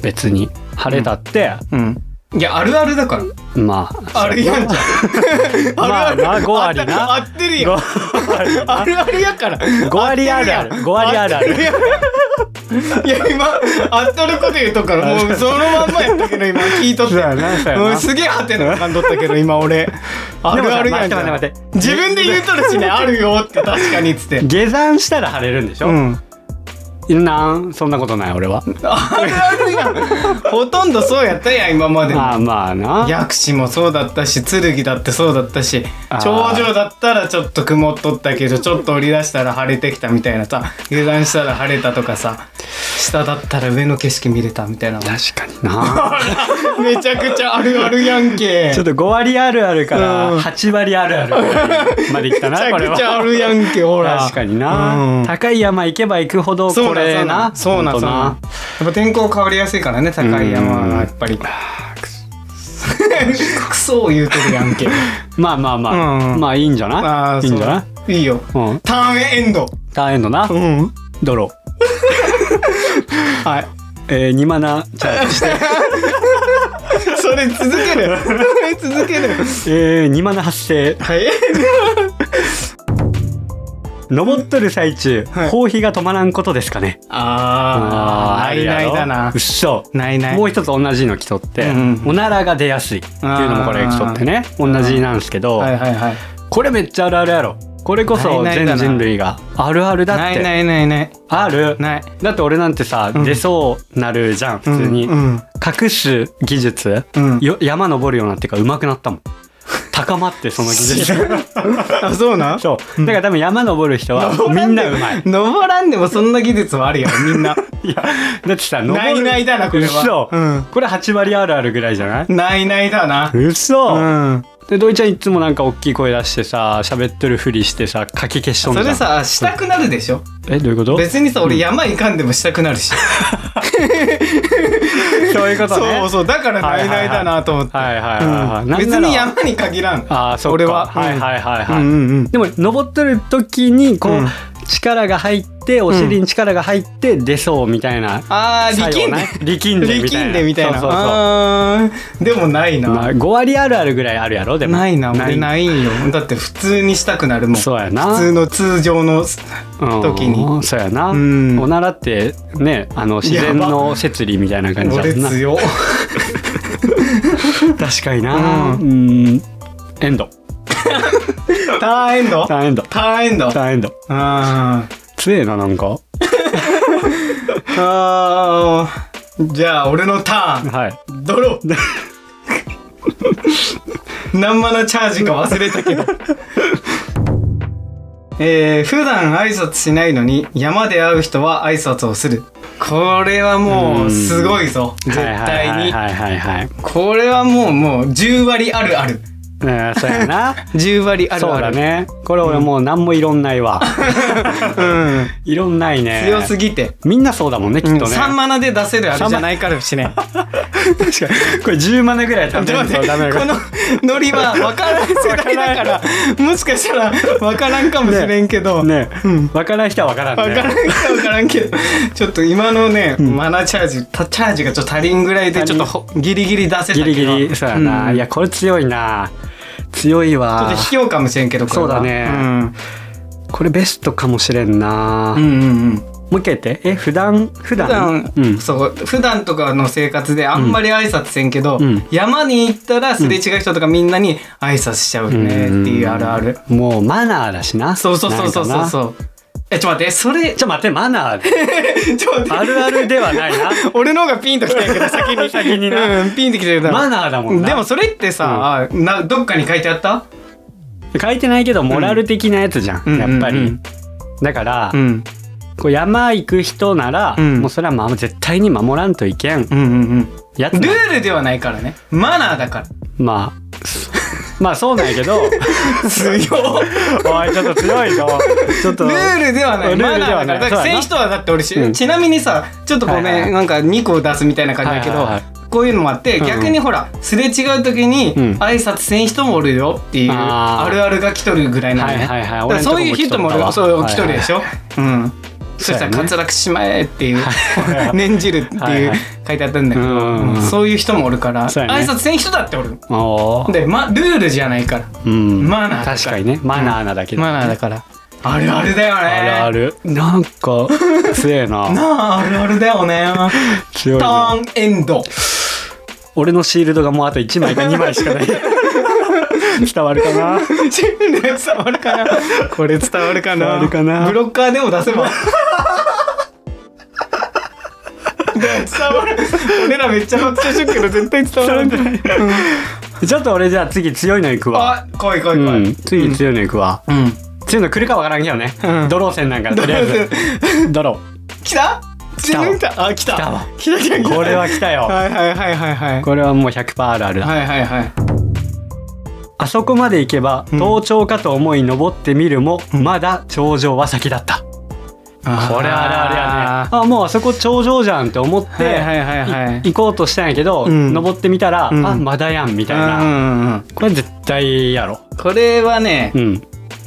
Speaker 2: 別に晴れたって、
Speaker 1: うんいやあるあるだから
Speaker 2: まあ
Speaker 1: あるやんじゃん [LAUGHS]
Speaker 2: まあな5割な
Speaker 1: 合ってる合ってる
Speaker 2: 5
Speaker 1: よ
Speaker 2: 割な
Speaker 1: あるあるやから
Speaker 2: 5割あるある5割あるある
Speaker 1: いや今あっとること言うとくから
Speaker 2: [LAUGHS]
Speaker 1: もうそのまんまやったけど今聞いとって
Speaker 2: そうやなそうやな
Speaker 1: もうすげえハテナ浮かんどったけど今俺あるあるやんじ
Speaker 2: でも
Speaker 1: ゃ
Speaker 2: さ
Speaker 1: ん
Speaker 2: 待って待って待って
Speaker 1: 自分で言うとるしねあるよって確かにっつって
Speaker 2: [LAUGHS] 下山したら晴れるんでしょ、
Speaker 1: ん
Speaker 2: なんそんなことない俺は
Speaker 1: あるあるやんほとんどそうやったやん今まで
Speaker 2: まあまあな
Speaker 1: 薬師もそうだったし剣だってそうだったし
Speaker 2: あー
Speaker 1: 頂上だったらちょっと曇っとったけどちょっと降り出したら晴れてきたみたいなさ油断したら晴れたとかさ下だったら上の景色見れたみた
Speaker 2: [LAUGHS]
Speaker 1: いな
Speaker 2: 確か
Speaker 1: [LAUGHS]
Speaker 2: にな
Speaker 1: めちゃくちゃあるあるやんけ
Speaker 2: ちょっと5割あるあるか
Speaker 1: う
Speaker 2: ら
Speaker 1: ん
Speaker 2: 8割あるあるまでいっ
Speaker 1: [LAUGHS]
Speaker 2: た
Speaker 1: めち
Speaker 2: な
Speaker 1: ゃ
Speaker 2: これ
Speaker 1: くちゃあ
Speaker 2: は
Speaker 1: るやんけほら
Speaker 2: 確かにな、
Speaker 1: うん
Speaker 2: 高い山行けば行くほど
Speaker 1: そう
Speaker 2: こ
Speaker 1: なん
Speaker 2: れな
Speaker 1: そうなんそうなんそうなんや
Speaker 2: ほんと
Speaker 1: っぱ天候変わりやすいからね高い山はやっぱり [LAUGHS] クソを言うてるやんけ
Speaker 2: まあまあまあ、
Speaker 1: うん
Speaker 2: ま [LAUGHS] あいいんじゃ
Speaker 1: あ
Speaker 2: な
Speaker 1: あ
Speaker 2: いいいんじゃない
Speaker 1: いいいよ
Speaker 2: うん
Speaker 1: ターンエンド
Speaker 2: ターンエンドな、
Speaker 1: ん
Speaker 2: ドローはいえー、2マナチャージして
Speaker 1: [LAUGHS] それ続けるそれ続ける
Speaker 2: えー、2マナ発生
Speaker 1: はい
Speaker 2: 登っとる最中、
Speaker 1: はい
Speaker 2: コーヒーが止まらんことですかね
Speaker 1: あーあいないだな
Speaker 2: うっそ
Speaker 1: ないない
Speaker 2: もう一つ同じの着とって、
Speaker 1: うんうん
Speaker 2: おならが出やすいっていうのもこれ着とってね同じなんですけど、
Speaker 1: はいはいはい
Speaker 2: これめっちゃあるあるやろこれこそ
Speaker 1: ないないだ
Speaker 2: 全
Speaker 1: な
Speaker 2: 人類があるあるだって
Speaker 1: ないないないない
Speaker 2: ある
Speaker 1: ない
Speaker 2: だって俺なんてさ、
Speaker 1: ん
Speaker 2: 出そうなるじゃん普通に、
Speaker 1: うん
Speaker 2: 隠す技術、
Speaker 1: うん
Speaker 2: よ山登るようになってから上手くなったもん高まってその技
Speaker 1: [LAUGHS]
Speaker 2: 術
Speaker 1: あそうなん
Speaker 2: そうだから多分山登る人はみんな上手い
Speaker 1: 登らんでもそんな技術はあるよみんな
Speaker 2: いやだってさ登る
Speaker 1: ないないだなこれは
Speaker 2: 嘘
Speaker 1: うん
Speaker 2: これ8割あるあるぐらいじゃない
Speaker 1: [LAUGHS] ないないだな
Speaker 2: 嘘、
Speaker 1: うん
Speaker 2: で土井ちゃんいつもなんか大きい声出してさ喋ってるふりしてさかき消しとんじ
Speaker 1: そ
Speaker 2: ゃん
Speaker 1: れさしたくなるでしょ
Speaker 2: えどういうこと
Speaker 1: 別にさ俺山行かんでもしたくなるし
Speaker 2: そういうことね
Speaker 1: [LAUGHS] そうそうだからないないだなと思って
Speaker 2: はいはいはいはい、
Speaker 1: うん
Speaker 2: なん
Speaker 1: 別
Speaker 2: なら
Speaker 1: に山に限らん
Speaker 2: あーそっか
Speaker 1: 俺は
Speaker 2: はいはいはいはい、
Speaker 1: うんうんうん
Speaker 2: でも登ってる時にこう、
Speaker 1: うん
Speaker 2: 力が入ってお尻に力が入って出そうみたいな、
Speaker 1: あー
Speaker 2: 作
Speaker 1: 力
Speaker 2: 用
Speaker 1: んで
Speaker 2: ね力んでみたい
Speaker 1: 力
Speaker 2: なん
Speaker 1: でみたいな
Speaker 2: そうそうそう
Speaker 1: あーでもないな、
Speaker 2: まあ、5割あるあるぐらいあるやろでも
Speaker 1: ないな俺ないよだって普通にしたくなるもん普
Speaker 2: そうやな
Speaker 1: 通の通常の時に
Speaker 2: うんそうやな、
Speaker 1: うん
Speaker 2: おならってねあの自然の摂理みたいな感じだ
Speaker 1: 俺
Speaker 2: もんな
Speaker 1: 強
Speaker 2: 確かにな
Speaker 1: う
Speaker 2: うんエンド
Speaker 1: [LAUGHS] ターンエンド
Speaker 2: ターンエンド
Speaker 1: ターンエンド
Speaker 2: ターンエンド
Speaker 1: あー
Speaker 2: 強えなな
Speaker 1: [LAUGHS]
Speaker 2: んか
Speaker 1: あーじゃあ俺のター
Speaker 2: はい
Speaker 1: ンドロ
Speaker 2: [LAUGHS]
Speaker 1: ー何マナチャージか忘れたけ
Speaker 2: [LAUGHS]
Speaker 1: どえー、普段挨拶しないのに山で会う人は挨拶をするこれはもうすごいぞ絶対に
Speaker 2: はいはいはいはいはい
Speaker 1: これはもうもう10割あるある
Speaker 2: うんそうやな
Speaker 1: 10割 [LAUGHS] ある
Speaker 2: そう
Speaker 1: あ
Speaker 2: だ
Speaker 1: る
Speaker 2: ねこれ俺もう何もいろんな
Speaker 1: [LAUGHS]
Speaker 2: いわ
Speaker 1: うん
Speaker 2: いろんないね
Speaker 1: 強すぎて、
Speaker 2: みんなそうだもんねきっとね
Speaker 1: 3マナで出せるあれじゃないからしね
Speaker 2: 確かにこれ10マネぐらい食べ
Speaker 1: ちょっ
Speaker 2: る
Speaker 1: と待
Speaker 2: と
Speaker 1: って
Speaker 2: ダメだ
Speaker 1: このノリは分からん世代だからもしかしたら分からんかもしれんけど、
Speaker 2: ね
Speaker 1: うん
Speaker 2: 分からん人は分からん
Speaker 1: 分
Speaker 2: ね
Speaker 1: からんか分からんけどちょっと今のね、マナチャージたチャージがちょっと足りんぐらいでちょっとほギリギリ出せたけ
Speaker 2: ギ
Speaker 1: ど
Speaker 2: リギリそうやな、
Speaker 1: ん
Speaker 2: いやこれ強いな強い
Speaker 1: ちょっ
Speaker 2: わ
Speaker 1: と卑怯かもしれんけどこれは
Speaker 2: そうだね
Speaker 1: うん
Speaker 2: これベストかもしれんな、
Speaker 1: うんうんうん
Speaker 2: もう一回言ってえ普段
Speaker 1: 普
Speaker 2: 普段
Speaker 1: 段、
Speaker 2: うん
Speaker 1: そう普段とかの生活であんまり挨拶せんけど、
Speaker 2: うん
Speaker 1: 山に行ったらすれ違う人とかみんなに挨拶しちゃうよねっていうあるある、
Speaker 2: もうマナーだしな
Speaker 1: そうそうそうそうそうん
Speaker 2: なかな
Speaker 1: そうえちょっと待ってそ [LAUGHS] れ
Speaker 2: ちょ待ってマナー
Speaker 1: ちょっと
Speaker 2: あ
Speaker 1: 待って
Speaker 2: るあるではないな
Speaker 1: 俺の方がピンときたんやけど先に
Speaker 2: 先にな
Speaker 1: うん、ピンときてるだろ
Speaker 2: マナーだもんな
Speaker 1: [LAUGHS] でもそれってさ、などっかに書いてあった
Speaker 2: 書いてないけどモラル的なやつじゃん、
Speaker 1: うん
Speaker 2: やっぱり、
Speaker 1: うんうん
Speaker 2: だから、
Speaker 1: うん
Speaker 2: こう山行く人なら、
Speaker 1: うん
Speaker 2: もうそれはまあ絶対に守らんといけ
Speaker 1: う
Speaker 2: ん
Speaker 1: んうん
Speaker 2: やつ
Speaker 1: うん
Speaker 2: な
Speaker 1: ル
Speaker 2: ん
Speaker 1: ールではないからねマナーだ [LAUGHS] か
Speaker 2: まあそ [LAUGHS] まあそうなんや
Speaker 1: [LAUGHS]
Speaker 2: けど
Speaker 1: ら強いル
Speaker 2: おいちょっと強いぞちょっと
Speaker 1: ールではない
Speaker 2: ルー
Speaker 1: マ
Speaker 2: ル
Speaker 1: ナー
Speaker 2: で
Speaker 1: だか
Speaker 2: はない
Speaker 1: らだから
Speaker 2: そうや
Speaker 1: 選
Speaker 2: な
Speaker 1: 手とはだって俺し、
Speaker 2: うん
Speaker 1: ちなみにさちょっとごめん、
Speaker 2: はいはい
Speaker 1: なんか2個出すみたいな感じだけど、
Speaker 2: はいはいは
Speaker 1: こういうのもあって、
Speaker 2: うん
Speaker 1: 逆にほらすれ違う時に
Speaker 2: うん
Speaker 1: 挨拶せん人もおるよっていう
Speaker 2: あー
Speaker 1: あるあるが来とるぐらいなのね、
Speaker 2: はいはいはい
Speaker 1: だからそういう人もおるよ
Speaker 2: 俺んとこ
Speaker 1: そう
Speaker 2: も
Speaker 1: 来
Speaker 2: 来と
Speaker 1: と
Speaker 2: ったわ
Speaker 1: るでしょ、うんそしたら
Speaker 2: そうやね
Speaker 1: 滑落しまえっていう
Speaker 2: は
Speaker 1: [LAUGHS] 念じるって
Speaker 2: はい
Speaker 1: い
Speaker 2: は
Speaker 1: う
Speaker 2: い
Speaker 1: 書いてあったんだけど、
Speaker 2: うん
Speaker 1: そういう人もおるから、
Speaker 2: そうやね
Speaker 1: 挨拶せん人だっておる
Speaker 2: おー
Speaker 1: で、ま、ルールじゃないから
Speaker 2: うん
Speaker 1: マナーだから
Speaker 2: 確かにねマナーなだけで、
Speaker 1: マナーだからあるあるだよね
Speaker 2: あるあるなんか強えな
Speaker 1: なああるあるだよ
Speaker 2: [LAUGHS]
Speaker 1: ね
Speaker 2: 強い
Speaker 1: タ
Speaker 2: な
Speaker 1: ーンエンド
Speaker 2: 俺のシールドがもうあと1枚か2枚
Speaker 1: [LAUGHS]
Speaker 2: しかない伝わるかな
Speaker 1: 伝わるかな [LAUGHS] これ伝わるかな
Speaker 2: 伝わるかな
Speaker 1: ブロッカーでも出せ
Speaker 2: [LAUGHS]
Speaker 1: ば伝わる俺らめっちゃ発注してるけど絶対伝わるんだよ
Speaker 2: ちょっと俺じゃあ次強いのいく
Speaker 1: あ
Speaker 2: わ
Speaker 1: 来い来い来
Speaker 2: う
Speaker 1: い
Speaker 2: ん次強いのいくわ、
Speaker 1: うん、
Speaker 2: 強いの来るかわからんけどね、
Speaker 1: うん
Speaker 2: ドロー戦なんかとりあえずドロー
Speaker 1: 来た
Speaker 2: 来たわ
Speaker 1: 全然来たあ来た
Speaker 2: 来たわ
Speaker 1: 来た来た来た
Speaker 2: これは来たよ、
Speaker 1: はいはいはいはいはい
Speaker 2: これはもう100%あるあるだ、
Speaker 1: はいはいはい
Speaker 2: あそこまで行けば
Speaker 1: うん
Speaker 2: 登頂かと思い登ってみるも、
Speaker 1: うん
Speaker 2: まだ頂上は先だったこ
Speaker 1: あー
Speaker 2: れはあるあるやねあもうあそこ頂上じゃんって思って、
Speaker 1: はいはいはいはい
Speaker 2: い行こうとしたんやけど、
Speaker 1: うん
Speaker 2: 登ってみたら、
Speaker 1: うん
Speaker 2: あまだやんみたい
Speaker 1: うん
Speaker 2: な、
Speaker 1: うんうん
Speaker 2: これ絶対やろ
Speaker 1: これはね
Speaker 2: う、ん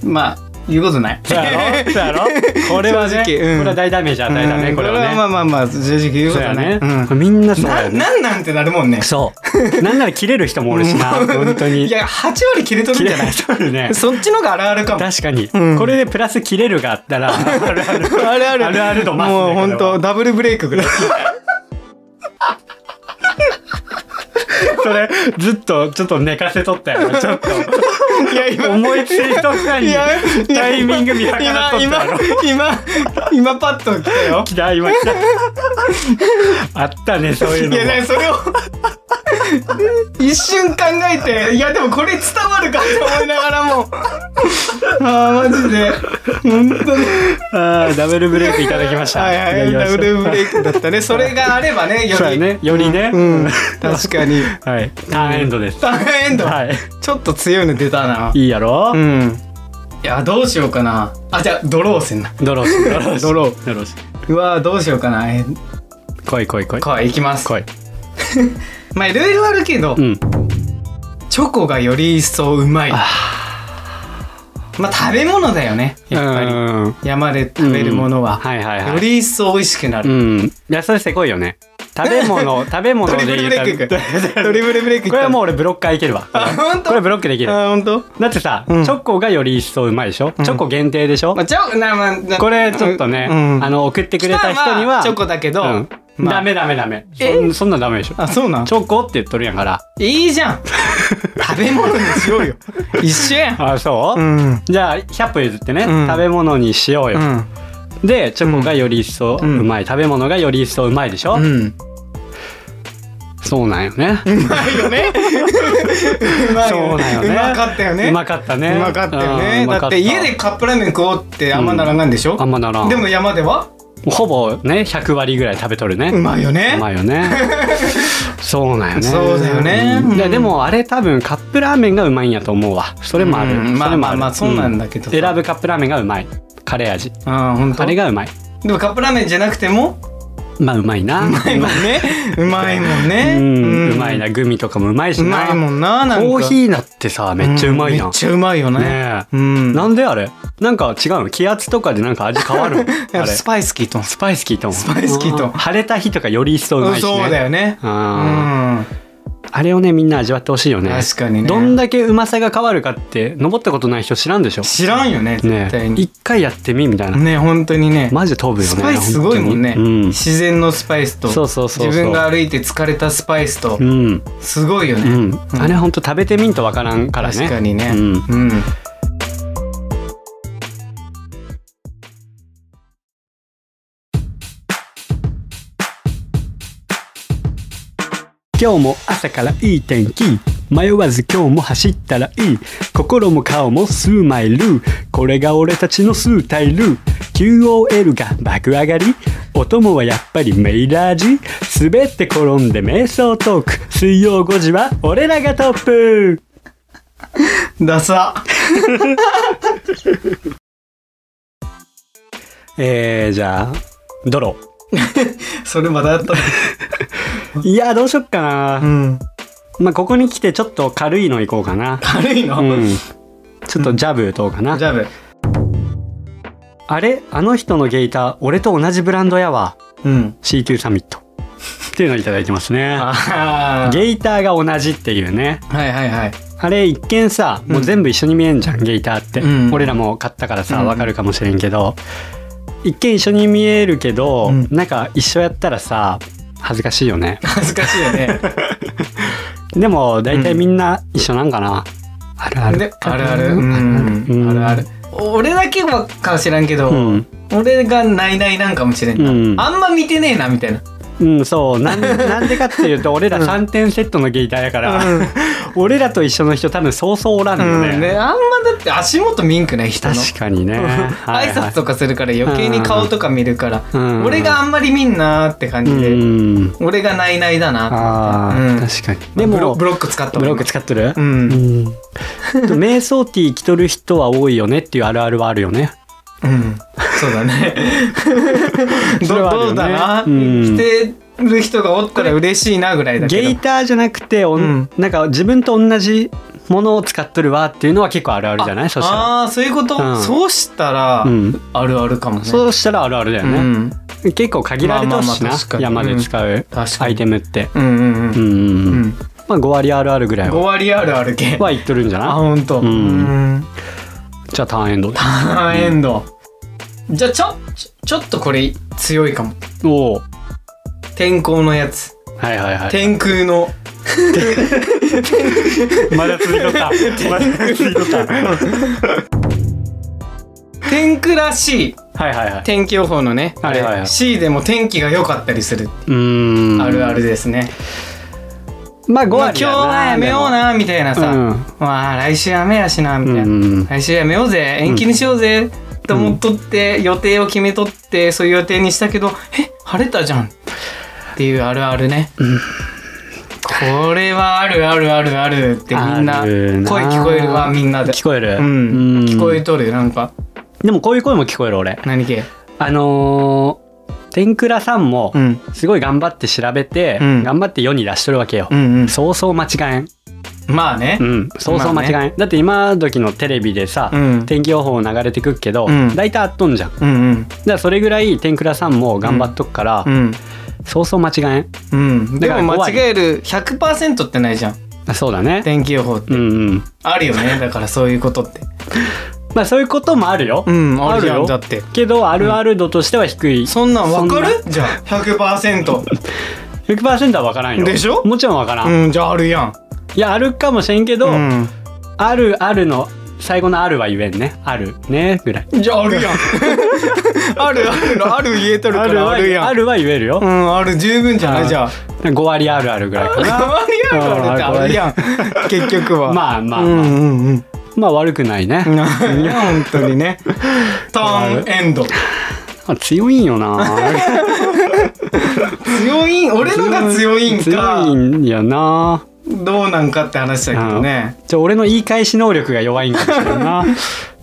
Speaker 1: まあ言うことない
Speaker 2: そうやろそうやろこれはね、
Speaker 1: 正直うん
Speaker 2: これは大ダメージ与えたね、
Speaker 1: うん
Speaker 2: これはね
Speaker 1: まあまあまあ正直言うこ
Speaker 2: そ
Speaker 1: と
Speaker 2: うや
Speaker 1: はない
Speaker 2: ね、
Speaker 1: うん
Speaker 2: これみんなそうや
Speaker 1: な
Speaker 2: ね
Speaker 1: なんなんてなるもんね。
Speaker 2: そうなんなら切れる人もおるしな本当に
Speaker 1: いや、8割切れとる
Speaker 2: 切
Speaker 1: んじゃ
Speaker 2: れ
Speaker 1: な
Speaker 2: ない人おるね
Speaker 1: いそっちのがあるあるかも。
Speaker 2: 確かに、
Speaker 1: うん
Speaker 2: これでプラス切れるがあったらあるある
Speaker 1: [LAUGHS] あるあ
Speaker 2: あるある度増すね
Speaker 1: もう本
Speaker 2: これ
Speaker 1: 当
Speaker 2: は
Speaker 1: ダブルブレイクぐらい。
Speaker 2: それずっとちょっと寝かせとったよなちょっと
Speaker 1: いや、今、
Speaker 2: 思いついとったに
Speaker 1: いや
Speaker 2: タイミング見計らっとったやろ
Speaker 1: 今、今、今、今パッと来たよ。
Speaker 2: 来た今来たあったねそういう
Speaker 1: い
Speaker 2: の
Speaker 1: や、だから
Speaker 2: も
Speaker 1: それを一瞬考えて、いや、でもこれ伝わるかと思いながらも。ああ、マジで。本当に。
Speaker 2: あーダブルブレイクいただきました
Speaker 1: はいはいい、
Speaker 2: ただ
Speaker 1: ダブ
Speaker 2: きました
Speaker 1: ルブレイクだったね。それがあれば
Speaker 2: [LAUGHS]
Speaker 1: ね、よ
Speaker 2: そうや
Speaker 1: り。
Speaker 2: ねよりね、
Speaker 1: うん、確かに。
Speaker 2: はいターンエンドです、
Speaker 1: ターンエンド、
Speaker 2: はい
Speaker 1: ちょっと強いの出たな。
Speaker 2: いいやろ、
Speaker 1: うん。いや、どうしようかな。あ、じゃあ、ドローせんな。
Speaker 2: ドローしドローし
Speaker 1: ドロー。
Speaker 2: ドローし
Speaker 1: うわーどうしようかな。え
Speaker 2: 来い来い来い
Speaker 1: こい、いきます。
Speaker 2: 来い
Speaker 1: まあ、いろいろあるけど、
Speaker 2: うん
Speaker 1: チョコがより一層うまい。まあ、食べ物だよね。やっぱり。
Speaker 2: うん
Speaker 1: 山で食べるものは、
Speaker 2: はいはいはい
Speaker 1: より一層美味しくな
Speaker 2: う
Speaker 1: る。
Speaker 2: んいやそれせこいよね食べ物
Speaker 1: [LAUGHS]
Speaker 2: 食べ物
Speaker 1: ド
Speaker 2: で
Speaker 1: リブルブ
Speaker 2: 言う
Speaker 1: レイクいく。ドリブルブレイクいっ
Speaker 2: こ
Speaker 1: た
Speaker 2: れはもう俺ブロッカーいけるわ
Speaker 1: あ、ほんと
Speaker 2: これブロックできる
Speaker 1: あ、ほんと
Speaker 2: だってさ、
Speaker 1: うん
Speaker 2: チョコがより一層うまいでしょ、チョコ限定でしょ、
Speaker 1: まあ、チョコ、な、まあな、
Speaker 2: これちょっとね、
Speaker 1: うん
Speaker 2: あの送ってくれた人に
Speaker 1: まあま
Speaker 2: は
Speaker 1: あチョコだけど、
Speaker 2: うん
Speaker 1: まあ
Speaker 2: ダメダメダメ
Speaker 1: え
Speaker 2: そんそんなんダメでしょ
Speaker 1: あ、そうなん
Speaker 2: チョコって言っとるやんから
Speaker 1: いいじゃ
Speaker 2: [LAUGHS]
Speaker 1: ん食べ物にしようよ一緒やん
Speaker 2: あそう、
Speaker 1: ん
Speaker 2: じゃあ100歩譲ってね、
Speaker 1: うん
Speaker 2: 食べ物にしよう
Speaker 1: う
Speaker 2: よ、
Speaker 1: ん
Speaker 2: でチョコがより一層うまい、食べ物がより一層うまいでしょ、
Speaker 1: うん
Speaker 2: そうなんよね、
Speaker 1: [LAUGHS] うまいよねうまい
Speaker 2: そ
Speaker 1: よ
Speaker 2: うだよ
Speaker 1: ね
Speaker 2: ね
Speaker 1: うまかったよね
Speaker 2: うまかったね
Speaker 1: うまかったよね
Speaker 2: うんうまか
Speaker 1: だ
Speaker 2: た
Speaker 1: って家でカップラーメン食おうってあんまならないんでしょ
Speaker 2: あんまならん
Speaker 1: でも山では
Speaker 2: ほぼね100割ぐらい食べとるね
Speaker 1: うまいよね
Speaker 2: うまい
Speaker 1: [LAUGHS]
Speaker 2: よねそうなんよね
Speaker 1: そうだよね
Speaker 2: うんいや
Speaker 1: うん
Speaker 2: でもあれ多分カップラーメンがうまいんやと思うわそれもある、
Speaker 1: うんまあ
Speaker 2: れも
Speaker 1: まあまあそうなんだけど
Speaker 2: 選ぶカップラーメンがうまいカレー味
Speaker 1: あーほんと
Speaker 2: あれがうまい
Speaker 1: でもカップラーメンじゃなくても
Speaker 2: まあうまいなうま
Speaker 1: [LAUGHS] うまいねうまいもんね
Speaker 2: うんうまいなグミとかもうまいし
Speaker 1: う
Speaker 2: な
Speaker 1: まいもんななんか
Speaker 2: コーヒーだってさめっちゃうまいやん、
Speaker 1: めっちゃうまいよね
Speaker 2: ね
Speaker 1: う
Speaker 2: え
Speaker 1: ん
Speaker 2: なんであれなんか違うの気圧とかでなんか味変わるのあれ
Speaker 1: スパイスキーと
Speaker 2: スパイスキートン。ス
Speaker 1: パイスキートン
Speaker 2: 晴れた日とかより一層うまいしね。
Speaker 1: そうだよね
Speaker 2: あー
Speaker 1: うん
Speaker 2: あれをねみんな味わってほしいよね
Speaker 1: 確かにね
Speaker 2: どんだけうまさが変わるかって登ったことない人知らんでしょ
Speaker 1: 知らんよね
Speaker 2: ね
Speaker 1: 絶対に
Speaker 2: 一回やってみみたいな、
Speaker 1: ね本当にね
Speaker 2: マジで飛ぶよね
Speaker 1: スパイスすごいもんね、
Speaker 2: 本当に
Speaker 1: 自然のスパイスと
Speaker 2: そうそうそうそう
Speaker 1: 自分が歩いて疲れたスパイスと、
Speaker 2: うん、うん
Speaker 1: すごいよ
Speaker 2: う
Speaker 1: ね、
Speaker 2: んあれほんと食べてみんとわからんからね
Speaker 1: 確かにね
Speaker 2: うん
Speaker 1: うん、
Speaker 2: 今日も朝からいい天気迷わず今日も走ったらいい心も顔も数マイルこれが俺たちの数タイル QOL が爆上がりお供はやっぱりメイラージ滑って転んで瞑想トーク水曜5時は俺らがトップ
Speaker 1: ダサ
Speaker 2: えー、じゃあドロ
Speaker 1: それまだあ
Speaker 2: [LAUGHS]
Speaker 1: った
Speaker 2: いやどうしよっかな、
Speaker 1: うん
Speaker 2: まあここに来てちょっと軽いのいこうかな
Speaker 1: 軽いの、
Speaker 2: うんちょっとジャブどうかな、
Speaker 1: ジャブ
Speaker 2: あれあの人のゲイター俺と同じブランドやわ
Speaker 1: うん
Speaker 2: CQ サミットっていうのをいただいてますね
Speaker 1: あー
Speaker 2: ゲイターが同じっていうね
Speaker 1: はいはいはい
Speaker 2: あれ一見さもう全部一緒に見えんじゃん、ゲイターって、
Speaker 1: うん
Speaker 2: 俺らも買ったからさ
Speaker 1: うん
Speaker 2: わかるかもしれんけど、一見一緒に見えるけど、
Speaker 1: うん
Speaker 2: なんか一緒やったらさ恥ずかしいよね
Speaker 1: 恥ずかしいよね
Speaker 2: でも大体みんな一緒なんかな、あるある
Speaker 1: であるあるうん
Speaker 2: うん
Speaker 1: あるある俺だけはかもしらんけど、
Speaker 2: うん、
Speaker 1: 俺がないないなんかもしれんな、
Speaker 2: うん
Speaker 1: あんま見てねえなみたいな
Speaker 2: うん、そ
Speaker 1: [LAUGHS]
Speaker 2: うなんなんでかっていうと俺ら
Speaker 1: うん
Speaker 2: 3点セットのゲイターやから、 [LAUGHS] 俺らと一緒の人多分そうそうおらんよね、
Speaker 1: うん、ねあんまだって足元見んくない人の
Speaker 2: 確かにねはい
Speaker 1: 挨
Speaker 2: はい
Speaker 1: 拶とかするから余計に顔とか見るから、
Speaker 2: うん
Speaker 1: 俺があんまり見んなーって感
Speaker 2: う
Speaker 1: じで、
Speaker 2: ん
Speaker 1: 俺がないないだな
Speaker 2: あ
Speaker 1: と
Speaker 2: ー、
Speaker 1: 思って、
Speaker 2: 確かに
Speaker 1: うん、
Speaker 2: で
Speaker 1: ブロ
Speaker 2: も
Speaker 1: ブロック使った
Speaker 2: ブロック使ってる
Speaker 1: う、ん、うん
Speaker 2: うん、でも瞑想ティー着とる人は多いよねっていうあるあるはあるよね
Speaker 1: そうだねど
Speaker 2: [LAUGHS] それはある
Speaker 1: ど
Speaker 2: よね
Speaker 1: うだな、
Speaker 2: う
Speaker 1: 来
Speaker 2: ん
Speaker 1: てる人がおったら嬉しいなぐらいだけど
Speaker 2: ゲイターじゃなくておん
Speaker 1: うん
Speaker 2: なんか自分と同じものを使っとるわっていうのは結構あるあるじゃないそしたら
Speaker 1: ああーそういうこと、
Speaker 2: うん
Speaker 1: そうしたら、
Speaker 2: うん
Speaker 1: あるあるかもね
Speaker 2: そうしたらあるあるだよね、
Speaker 1: うん、
Speaker 2: 結構限られとるし
Speaker 1: まあまあま
Speaker 2: な
Speaker 1: あ確かに
Speaker 2: 山で使う
Speaker 1: 確
Speaker 2: ア
Speaker 1: か
Speaker 2: イ
Speaker 1: に
Speaker 2: テムって、
Speaker 1: うんうん
Speaker 2: う
Speaker 1: うんん、
Speaker 2: うん
Speaker 1: う
Speaker 2: うん
Speaker 1: ん、
Speaker 2: まあ5割あるあるぐらい
Speaker 1: 5
Speaker 2: は
Speaker 1: 割あるある系
Speaker 2: はいっとるんじゃ
Speaker 1: あ
Speaker 2: ない
Speaker 1: ほんと
Speaker 2: うん
Speaker 1: うん
Speaker 2: じゃあターンエンド
Speaker 1: あーエンド。じゃあちょ、ちょちょっとこれ強いかも。
Speaker 2: おお
Speaker 1: 天候のやつ。
Speaker 2: はいはいはい
Speaker 1: 天空の。
Speaker 2: まだ続いとったまだ続いとったはい
Speaker 1: 天空らしい
Speaker 2: はいはい
Speaker 1: 天気予報のね、あ
Speaker 2: はいはいは
Speaker 1: れ
Speaker 2: い
Speaker 1: C でも天気が良かったりする、
Speaker 2: うーん
Speaker 1: あるあるですね。
Speaker 2: まあ5
Speaker 1: まあ今
Speaker 2: 割
Speaker 1: 日
Speaker 2: やな
Speaker 1: はやめようなみたいな
Speaker 2: でも
Speaker 1: さ、
Speaker 2: うん
Speaker 1: まあ来週雨やしなみたいな、
Speaker 2: うん
Speaker 1: 来週やめようぜ延期にしようぜ、と思っとって予定を決めとってそういう予定にしたけどえ晴れたじゃんっていうあるあるね、これはあるあるあるあるってみんな
Speaker 2: あ
Speaker 1: 声
Speaker 2: るな
Speaker 1: 聞こえるわみんなで
Speaker 2: 聞こえる、
Speaker 1: うん
Speaker 2: うん
Speaker 1: 聞こえとるなんか
Speaker 2: でもこういう声も聞こえる俺
Speaker 1: 何系
Speaker 2: あのー天倉さんも
Speaker 1: うん
Speaker 2: すごい頑張って調べて、
Speaker 1: うん
Speaker 2: 頑張って世に出しとるわけよ、
Speaker 1: うんうん
Speaker 2: そうそう間違えん、
Speaker 1: まあね
Speaker 2: うん、そうそう間違えん、
Speaker 1: ま
Speaker 2: だって今時のテレビでさ、
Speaker 1: うん
Speaker 2: 天気予報流れてくっけど、
Speaker 1: うん
Speaker 2: 大体あっとんじゃんだか
Speaker 1: うんうん
Speaker 2: らそれぐらい天倉さんも頑張っとくから、
Speaker 1: うん
Speaker 2: そうそう間違えん
Speaker 1: うん
Speaker 2: だ
Speaker 1: で
Speaker 2: から
Speaker 1: も間
Speaker 2: 怖い
Speaker 1: 違える100%ってないじゃん
Speaker 2: あそうだね
Speaker 1: 天気予報って
Speaker 2: うんうん
Speaker 1: あるよねだからそういうことって
Speaker 2: まあそういうこともあるよ、
Speaker 1: うんあるじゃ
Speaker 2: あ
Speaker 1: ん
Speaker 2: るよ
Speaker 1: だって
Speaker 2: けどあるある度としては低い、
Speaker 1: そんなんわか
Speaker 2: そ
Speaker 1: るじゃあ100%
Speaker 2: 100%は分からんよ
Speaker 1: でしょ
Speaker 2: もちろん分からん、い
Speaker 1: うんじゃああるやん
Speaker 2: やあるかもしれんけど、
Speaker 1: うん
Speaker 2: あるあるの最後のあるは言えんねあるねぐらい
Speaker 1: じゃああるやん [LAUGHS] あるあるのある言えとるから
Speaker 2: は
Speaker 1: あるやん
Speaker 2: あるは言えるよ、
Speaker 1: うんある十分じゃな
Speaker 2: あ
Speaker 1: いじゃあ
Speaker 2: 5割あるあるぐらいかな
Speaker 1: あるやんあるってあるやん結局は
Speaker 2: まあまあまあ、
Speaker 1: うんうんうん
Speaker 2: まあ悪くないね、
Speaker 1: いや本当にねターンエンド
Speaker 2: あ強いんよな
Speaker 1: 強いん俺のが [LAUGHS] 強いんか
Speaker 2: 強いんやな
Speaker 1: どうなんかって話だけどね
Speaker 2: じゃあ俺の言い返し能力が弱いんかもしれん
Speaker 1: [LAUGHS]
Speaker 2: な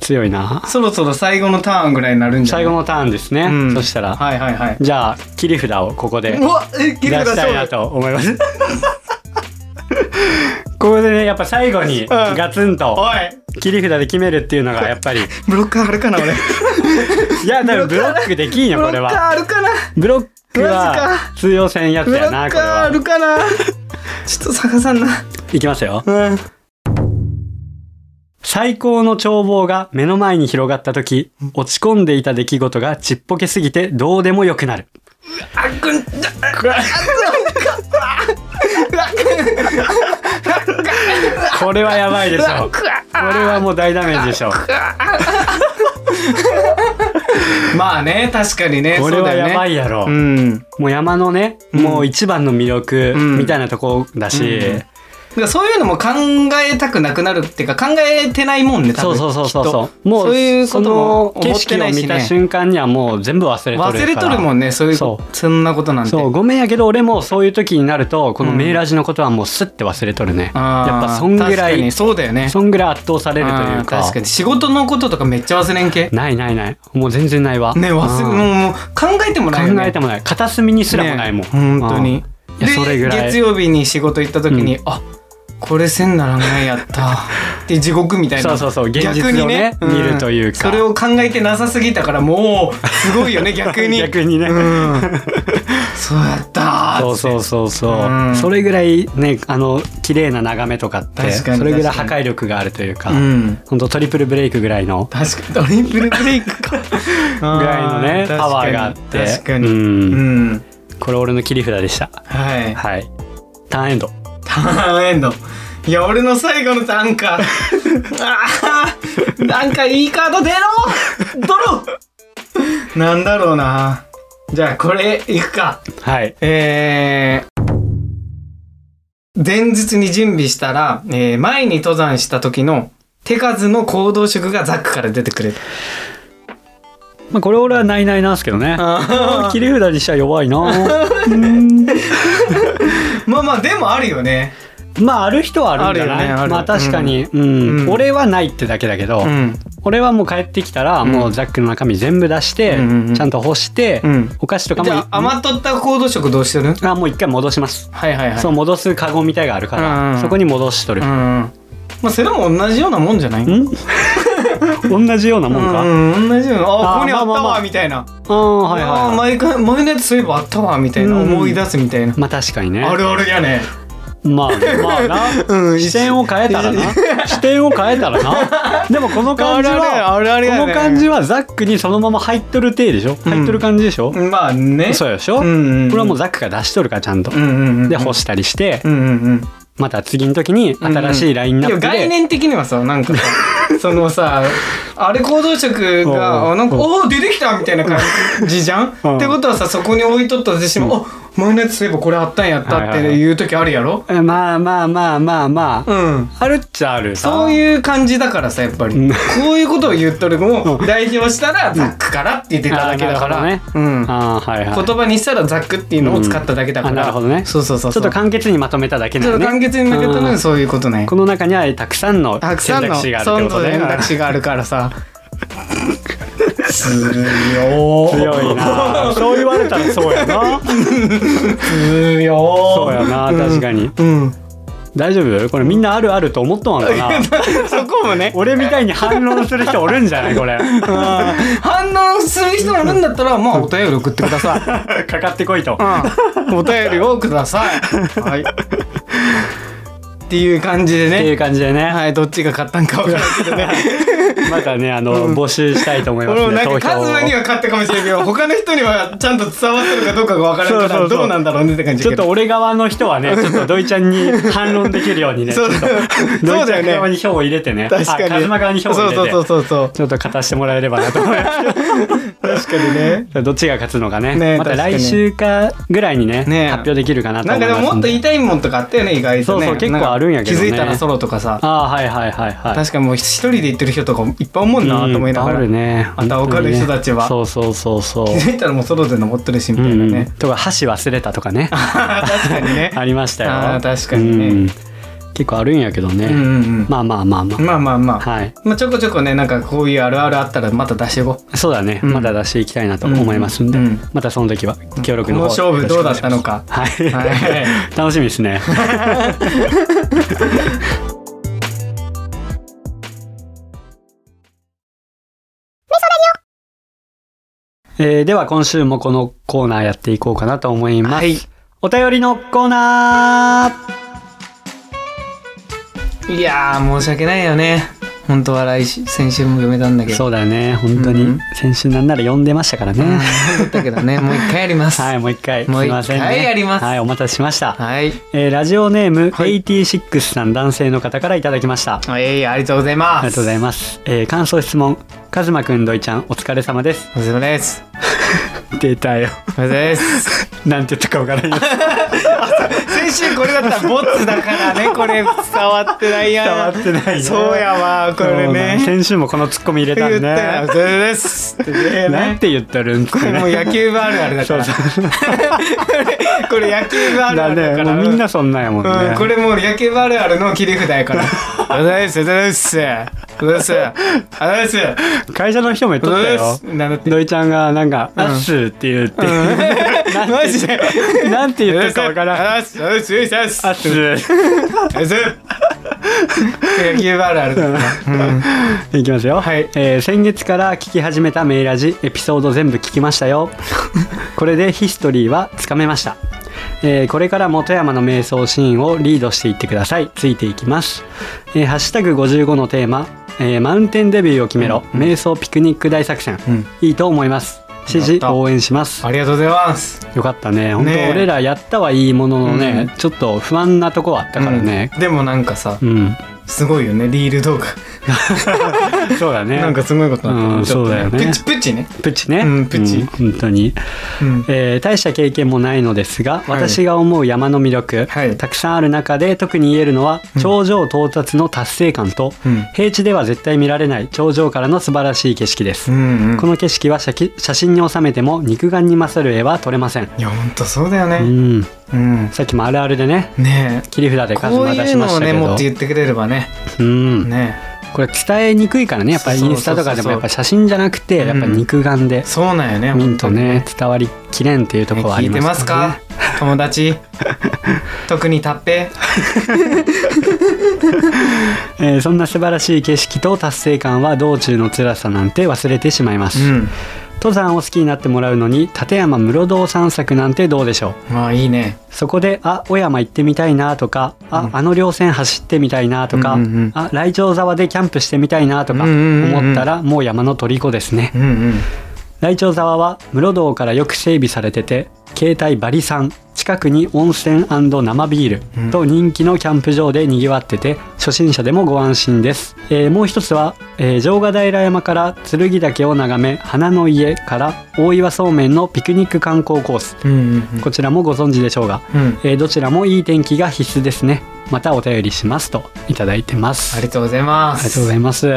Speaker 2: 強いな
Speaker 1: そろそろ最後のターンぐらいになるんじゃな
Speaker 2: 最
Speaker 1: い
Speaker 2: 後のターンですね、
Speaker 1: うん
Speaker 2: そしたら、
Speaker 1: はいはいはい
Speaker 2: じゃあ切り札をここで
Speaker 1: うわえ切
Speaker 2: 出
Speaker 1: り札
Speaker 2: したいな
Speaker 1: 勝負
Speaker 2: と思います [LAUGHS] ここでねやっぱ最後にガツンと
Speaker 1: おい
Speaker 2: 切り札で決めるっていうのがや
Speaker 1: [LAUGHS]
Speaker 2: っぱり
Speaker 1: ブロッカーあるかな俺
Speaker 2: いや多分ブロックできんよこれは
Speaker 1: あるかな
Speaker 2: ブロック
Speaker 1: マジ
Speaker 2: は通用せんやつ
Speaker 1: ブロ
Speaker 2: や
Speaker 1: ッ
Speaker 2: なこ
Speaker 1: カ
Speaker 2: れ
Speaker 1: ーあ
Speaker 2: は
Speaker 1: るかなちょっと探さんな。
Speaker 2: いきますよ。
Speaker 1: うん。
Speaker 2: 最高の眺望が目の前に広がった時、落ち込んでいた出来事がちっぽけすぎてどうでもよくなる。
Speaker 1: あっくん、あくん、あ
Speaker 2: これはやばいでし
Speaker 1: あ
Speaker 2: ょ。これはもう大ダメージでしょ。
Speaker 1: まあね、確かにね。
Speaker 2: これ
Speaker 1: そう
Speaker 2: は
Speaker 1: だよね
Speaker 2: やばいやろ。
Speaker 1: うん。
Speaker 2: もう山のね、
Speaker 1: うん
Speaker 2: もう一番の魅力
Speaker 1: うん
Speaker 2: みたいなとこだし、
Speaker 1: うんだからそういうのも考えたくなくなるっていうか、考えてないもんね、多
Speaker 2: そう
Speaker 1: 分。
Speaker 2: そうそう
Speaker 1: きっと
Speaker 2: そうもう
Speaker 1: そういうことも
Speaker 2: その景
Speaker 1: 思って
Speaker 2: 色
Speaker 1: な
Speaker 2: を
Speaker 1: いしね
Speaker 2: 見た瞬間にはもう全部忘れとる
Speaker 1: 忘れとるも
Speaker 2: ん
Speaker 1: んね、そういう、
Speaker 2: そ
Speaker 1: そんなことなんて。
Speaker 2: そうごめんやけど俺もそういう時になるとこの
Speaker 1: うん
Speaker 2: メーラジのことはもうスッて忘れとるね、
Speaker 1: あー
Speaker 2: やっぱそんぐら
Speaker 1: 確か
Speaker 2: い
Speaker 1: にそうだよね。
Speaker 2: そんぐらい圧倒されるというか
Speaker 1: あー確かに。仕事のこととかめっちゃ忘れんけ。
Speaker 2: ないないないもう全然ないわ
Speaker 1: ね、忘れ、
Speaker 2: う
Speaker 1: も
Speaker 2: ん
Speaker 1: うもう考えてもないよね。
Speaker 2: 考えてもない片隅にすらもないもん、
Speaker 1: ね本当に
Speaker 2: いやそれぐらい
Speaker 1: 月曜日に仕事行った時に、あこれせんならないや
Speaker 2: [LAUGHS]
Speaker 1: ったって地獄みたいな
Speaker 2: そうそうそう現実をね
Speaker 1: 逆に
Speaker 2: 見るというか
Speaker 1: それを考えてなさすぎたからもうすごいよ
Speaker 2: [LAUGHS]
Speaker 1: ね逆に
Speaker 2: 逆にね、
Speaker 1: うん、そうやったー
Speaker 2: そうそううそうそう、
Speaker 1: うん
Speaker 2: それぐらいねあの綺麗な眺めとかって
Speaker 1: 確かに
Speaker 2: それぐらい破
Speaker 1: 確か
Speaker 2: 壊力があるというか、
Speaker 1: ん
Speaker 2: ほんとトリプルブレイクぐらいの
Speaker 1: 確かにドリブルブレイクか
Speaker 2: ぐらいのね
Speaker 1: あー
Speaker 2: パワーがあって
Speaker 1: 確かに、
Speaker 2: う
Speaker 1: うんん
Speaker 2: これ俺の切り札でした
Speaker 1: はい
Speaker 2: はいターンエンド
Speaker 1: ターンエンドいや俺の最後の短歌あーなんかいいカード出ろドローなんだろうなじゃあこれいくか
Speaker 2: はい
Speaker 1: えー、前日に準備したら、えー前に登山した時の手数の行動色がザックから出てくれる
Speaker 2: まあこれ俺はないないなんですけどね
Speaker 1: あ
Speaker 2: 切り札にしちゃ弱いな
Speaker 1: まあまあでもあるよね
Speaker 2: まあある人はあるんじゃない
Speaker 1: あるよねある
Speaker 2: まあ確かに、うん
Speaker 1: うん
Speaker 2: 俺はないってだけだけど、
Speaker 1: うん
Speaker 2: 俺はもう帰ってきたら
Speaker 1: ん
Speaker 2: もうザックの中身全部出して、
Speaker 1: うんうんうん
Speaker 2: ちゃんと干して、
Speaker 1: うん
Speaker 2: お菓子とか
Speaker 1: じ
Speaker 2: も
Speaker 1: ゃあ余っとった行動色どうしてる
Speaker 2: あもう一回戻します、
Speaker 1: はいはいはい
Speaker 2: そう戻すカゴみたいがあるから、
Speaker 1: うんうん
Speaker 2: そこに戻しとる
Speaker 1: うん、、まあそれも同じようなもんじゃない
Speaker 2: ん同じようなもんか、 [LAUGHS]
Speaker 1: う
Speaker 2: あ
Speaker 1: んうん、同じようなあ
Speaker 2: あ
Speaker 1: ここにあった
Speaker 2: まあまあまあ
Speaker 1: わみたいな
Speaker 2: あはいはい
Speaker 1: あ
Speaker 2: は
Speaker 1: ー
Speaker 2: い
Speaker 1: 前か前のやつそういえばあったわみたいな、
Speaker 2: うん
Speaker 1: 思い出すみたいな、
Speaker 2: まあ確かにね
Speaker 1: あるあるやね
Speaker 2: まあまあな
Speaker 1: うん
Speaker 2: 視点を変えた
Speaker 1: [LAUGHS]
Speaker 2: らな視点を変えたらなでもこの感じは
Speaker 1: あるあるやね
Speaker 2: この感じはザックにそのまま入っとる体でしょ
Speaker 1: ん
Speaker 2: 入っとる感じでしょ、
Speaker 1: まあね
Speaker 2: そうでしょ、
Speaker 1: うんうん
Speaker 2: これはもうザックが出しとるからちゃんと、
Speaker 1: うんうんうん
Speaker 2: で干したりして、
Speaker 1: うんうんうん
Speaker 2: また次の時に新しいラインナップで、
Speaker 1: いや概念的にはさ
Speaker 2: [LAUGHS]
Speaker 1: なんかさそのさあれ行動色
Speaker 2: おう
Speaker 1: があなんか
Speaker 2: お
Speaker 1: おおー出てきたみたいな感じじゃんって
Speaker 2: うん
Speaker 1: ことはさそこに置いとったとしても、あ前のやつそういえばこれあったんやったっていう時あるやろ、
Speaker 2: えまあまあまあまあまあ、
Speaker 1: うん
Speaker 2: あるっちゃある
Speaker 1: そう
Speaker 2: う
Speaker 1: いう感じだからさやっぱり
Speaker 2: ん
Speaker 1: こういうことを言っとるのを代表したらザックからって言ってただけだか
Speaker 2: あ
Speaker 1: ら、
Speaker 2: ーなるほ
Speaker 1: うん、
Speaker 2: あーはいはい
Speaker 1: 言葉にしたらザックっていうのを使っただけだから、
Speaker 2: うんあなるほどね
Speaker 1: そうそうそう
Speaker 2: ちょ
Speaker 1: そう
Speaker 2: っと簡潔にまとめただけな
Speaker 1: ちょ
Speaker 2: の
Speaker 1: っと
Speaker 2: ね
Speaker 1: 簡潔に負けたの
Speaker 2: う
Speaker 1: に
Speaker 2: ん
Speaker 1: そういうことね
Speaker 2: この中にはたくさんの
Speaker 1: たくさん
Speaker 2: 選
Speaker 1: の
Speaker 2: 択肢があるってこと
Speaker 1: そうそ
Speaker 2: ね
Speaker 1: う選択肢があるからさ強
Speaker 2: 強い
Speaker 1: [LAUGHS]
Speaker 2: なあそう言われたらそうやな
Speaker 1: 強
Speaker 2: そうやな確かに
Speaker 1: うん
Speaker 2: [LAUGHS] 大丈夫これみんなあるあると思っとんのかな
Speaker 1: そこもね
Speaker 2: 俺みたいに反論する人おるんじゃない
Speaker 1: [LAUGHS]
Speaker 2: これ
Speaker 1: 反応する人もいるんだったらまあお便り送ってくださ
Speaker 2: かかってこいと
Speaker 1: い、うん、お便りをくださいはいっていう感じで
Speaker 2: っていう
Speaker 1: ね
Speaker 2: 感じでね
Speaker 1: はいどっちが勝ったんかわからないけ
Speaker 2: [LAUGHS]
Speaker 1: どね
Speaker 2: またねあの募集したいと思いま
Speaker 1: 俺
Speaker 2: す
Speaker 1: も
Speaker 2: ね
Speaker 1: なん
Speaker 2: 投
Speaker 1: か
Speaker 2: 票
Speaker 1: カ
Speaker 2: を
Speaker 1: ズマには勝ったかもしれんけど他の人にはちゃんと伝わってるかどうかがわからんか
Speaker 2: そうそう
Speaker 1: ら
Speaker 2: そう
Speaker 1: どうなんだろうねって感じ
Speaker 2: ち
Speaker 1: だ
Speaker 2: ょ
Speaker 1: け
Speaker 2: っ
Speaker 1: ど
Speaker 2: と俺側の人はねちょっと土井ちゃんに反論できるようにねちょ
Speaker 1: そ
Speaker 2: っ
Speaker 1: う
Speaker 2: と
Speaker 1: そう
Speaker 2: 土
Speaker 1: そ
Speaker 2: 井
Speaker 1: う
Speaker 2: ち
Speaker 1: だ
Speaker 2: ゃん
Speaker 1: よ
Speaker 2: 側
Speaker 1: ね
Speaker 2: に票を入れてね
Speaker 1: 確かに
Speaker 2: あカズマ側に票を入れて
Speaker 1: そうそうそうそう
Speaker 2: ちょっと勝たせてもらえればなと思います
Speaker 1: 確かにね
Speaker 2: どっちが勝つのかね
Speaker 1: ね
Speaker 2: また
Speaker 1: 確かに
Speaker 2: 来週かぐらいにね
Speaker 1: ね
Speaker 2: 発表できるかなと
Speaker 1: な
Speaker 2: 思
Speaker 1: んか
Speaker 2: います
Speaker 1: でももっと言
Speaker 2: い
Speaker 1: いたいもんとかあったよね意外とね
Speaker 2: そうそう結構あるんやけどね
Speaker 1: なか気づいたらソロとかさ
Speaker 2: ああはいはいはいはい
Speaker 1: 確かにもう一人で言ってる人とかもいっぱい思うなと思いながら、
Speaker 2: うんいっぱいあるね
Speaker 1: また他の人たちは
Speaker 2: 本当にねそうそうそうそう
Speaker 1: [LAUGHS] 気づいたらもうソロで登ってるしみたいな
Speaker 2: うんうん
Speaker 1: ね、
Speaker 2: とか箸忘れたとか
Speaker 1: [LAUGHS]
Speaker 2: ね
Speaker 1: 確かにね
Speaker 2: ありましたよ
Speaker 1: あー確かにね
Speaker 2: うん結構あるんやけど
Speaker 1: うん
Speaker 2: ね
Speaker 1: うん
Speaker 2: まあまあまあま
Speaker 1: うんまあまあまあ、
Speaker 2: あはい
Speaker 1: まあ、ちょこちょこねなんかこういうあるあるあったらまた出していこう
Speaker 2: そうだね
Speaker 1: うん
Speaker 2: まだ出していきたいなと思いますんで
Speaker 1: うんうん
Speaker 2: またその時は協力
Speaker 1: こ
Speaker 2: の
Speaker 1: の
Speaker 2: 方
Speaker 1: 勝負どうだったのか
Speaker 2: はい
Speaker 1: は
Speaker 2: 楽しみです
Speaker 1: [LAUGHS]
Speaker 2: ねえーでは今週もこのコーナーやっていこうかなと思います。
Speaker 1: はい
Speaker 2: お便りのコーナー
Speaker 1: いやー申し訳ないよね本当は来週先週も読めたんだけど
Speaker 2: そうだよね本当
Speaker 1: う
Speaker 2: に
Speaker 1: ん
Speaker 2: 先週なんなら読んでましたから
Speaker 1: うん
Speaker 2: ね、
Speaker 1: だったけどねもう一回やります
Speaker 2: はいもう一回すい
Speaker 1: もう一
Speaker 2: ませんね
Speaker 1: 回やります
Speaker 2: はいお待たせしました、
Speaker 1: はい
Speaker 2: えーラジオネーム、
Speaker 1: はい
Speaker 2: 86さん男性の方からいただきました
Speaker 1: あいえいえありがとうございます
Speaker 2: ありがとうございます、えー感想質問カズマくんどいちゃんお疲れ様です
Speaker 1: お疲れ様です
Speaker 2: 出たよ
Speaker 1: お疲れ様です
Speaker 2: なんて言ったかわ [LAUGHS] からない
Speaker 1: 先週これだったらボツだからねこれ伝わってないやん
Speaker 2: 伝わってないね
Speaker 1: そうやわこれね
Speaker 2: 先週もこのツッコミ入れた
Speaker 1: 言っ
Speaker 2: ん
Speaker 1: たらお
Speaker 2: ね
Speaker 1: 疲れ様ですってね
Speaker 2: なんて言ったるんっ
Speaker 1: こ
Speaker 2: て
Speaker 1: れ
Speaker 2: ね
Speaker 1: [LAUGHS] もう野球部あるあるだから
Speaker 2: そう
Speaker 1: [LAUGHS] これ野球部あるあ
Speaker 2: だ
Speaker 1: るだ
Speaker 2: ね
Speaker 1: から
Speaker 2: もうみんなそんなんやもんね、
Speaker 1: うん、これもう野球部あるあるの切り札やから。あざです、あざです。あざです。あざです。あ
Speaker 2: 会社の人も言っと
Speaker 1: ざ
Speaker 2: った
Speaker 1: で
Speaker 2: よ
Speaker 1: す。なんだって。
Speaker 2: 土井ちゃんがなんか「
Speaker 1: ん
Speaker 2: あっす」って言って、
Speaker 1: マジで。
Speaker 2: なんて言ったかわからん
Speaker 1: あざです、あざです、あざです。
Speaker 2: 「あ
Speaker 1: あ
Speaker 2: っす
Speaker 1: ざです。野球部あるあるだから。うん」
Speaker 2: いきますよ、
Speaker 1: はい
Speaker 2: えー先月から聞き始めたメイラジエピソード全部聞きまし
Speaker 1: [LAUGHS]
Speaker 2: たよこれでヒストリーはつかめました、えーこれから元山の瞑想シーンをリードしていってくださいついていきます「えーハッシュタグ #55」のテーマ、えーマウンテンデビューを決めろ、瞑想ピクニック大作戦」
Speaker 1: うん
Speaker 2: いいと思います支
Speaker 1: やっ
Speaker 2: 持
Speaker 1: た
Speaker 2: 応援します
Speaker 1: ありがとうございます。
Speaker 2: よかったね本当
Speaker 1: ねえ
Speaker 2: 俺らやったはいいもののね、
Speaker 1: うん
Speaker 2: ちょっと不安なとこはあったからね
Speaker 1: うん。でもなんかさ
Speaker 2: う、ん、
Speaker 1: すごいよね、リール動画。
Speaker 2: そうだね
Speaker 1: なんかすごいことになってる
Speaker 2: う
Speaker 1: ちょっと
Speaker 2: んそうだよね
Speaker 1: プチプチね。
Speaker 2: プチね、
Speaker 1: うんプチ
Speaker 2: 本当に、
Speaker 1: うん
Speaker 2: えー大した経験もないのですが、
Speaker 1: い
Speaker 2: 私が思う山の魅力、
Speaker 1: はい
Speaker 2: たくさんある中で特に言えるのは頂上到達の達成感と、
Speaker 1: うん
Speaker 2: 平地では絶対見られない頂上からの素晴らしい景色です、
Speaker 1: うんうん
Speaker 2: こ。の景色は写き写真に収めても肉眼に勝る絵は撮れません、
Speaker 1: いや、ほんとそうだよ
Speaker 2: う
Speaker 1: ね。
Speaker 2: ん、
Speaker 1: うん。
Speaker 2: さっきもあるあるでね
Speaker 1: ねえ。
Speaker 2: 切り札で数
Speaker 1: こう
Speaker 2: も出
Speaker 1: い
Speaker 2: し
Speaker 1: う
Speaker 2: ま
Speaker 1: の
Speaker 2: し
Speaker 1: を
Speaker 2: た
Speaker 1: ね、
Speaker 2: けど
Speaker 1: もっと言ってくれればね。
Speaker 2: うん、
Speaker 1: ね
Speaker 2: これ伝えにくいからねやっぱり
Speaker 1: そう
Speaker 2: イ
Speaker 1: そう
Speaker 2: ンスタとかで
Speaker 1: そうそ
Speaker 2: も
Speaker 1: う
Speaker 2: やっぱ写真じゃなくて
Speaker 1: ん
Speaker 2: やっぱ肉眼で
Speaker 1: え。そうなんよね。
Speaker 2: ミント
Speaker 1: 本当に
Speaker 2: ね伝わりきれんっていうところはあ
Speaker 1: 聞
Speaker 2: り
Speaker 1: いてま
Speaker 2: ますすからね
Speaker 1: か友
Speaker 2: [LAUGHS]
Speaker 1: 達特にタッペ
Speaker 2: えーそんな素晴らしい景色と達成感は道中の辛さなんて忘れてしまいます、
Speaker 1: うん
Speaker 2: 登山を好きになってもらうのに立山室堂散策なんてどうでしょう
Speaker 1: まあいいね
Speaker 2: そこで「あ小山行ってみたいな」とか「あ、あの稜線走ってみたいな」とか「
Speaker 1: うんうんうん
Speaker 2: あ来城沢でキャンプしてみたいな」とか
Speaker 1: うんうんうんうん
Speaker 2: 思ったらもう山の虜ですね
Speaker 1: うんうん
Speaker 2: 来鳥沢は室堂からよく整備されてて携帯バリさん近くに温泉生ビールと人気のキャンプ場でにぎわってて初心者でもご安心です、えーもう一つは、えー城ヶ平山から剣岳を眺め花の家から大岩そうめんのピクニック観光コース
Speaker 1: うんうん
Speaker 2: こちらもご存知でしょうが、
Speaker 1: うんうん
Speaker 2: えーどちらもいい天気が必須ですねまたお便りしますといただいてます
Speaker 1: あ
Speaker 2: あ
Speaker 1: り
Speaker 2: り
Speaker 1: がとうございま
Speaker 2: がとうご
Speaker 1: す
Speaker 2: ざいます
Speaker 1: い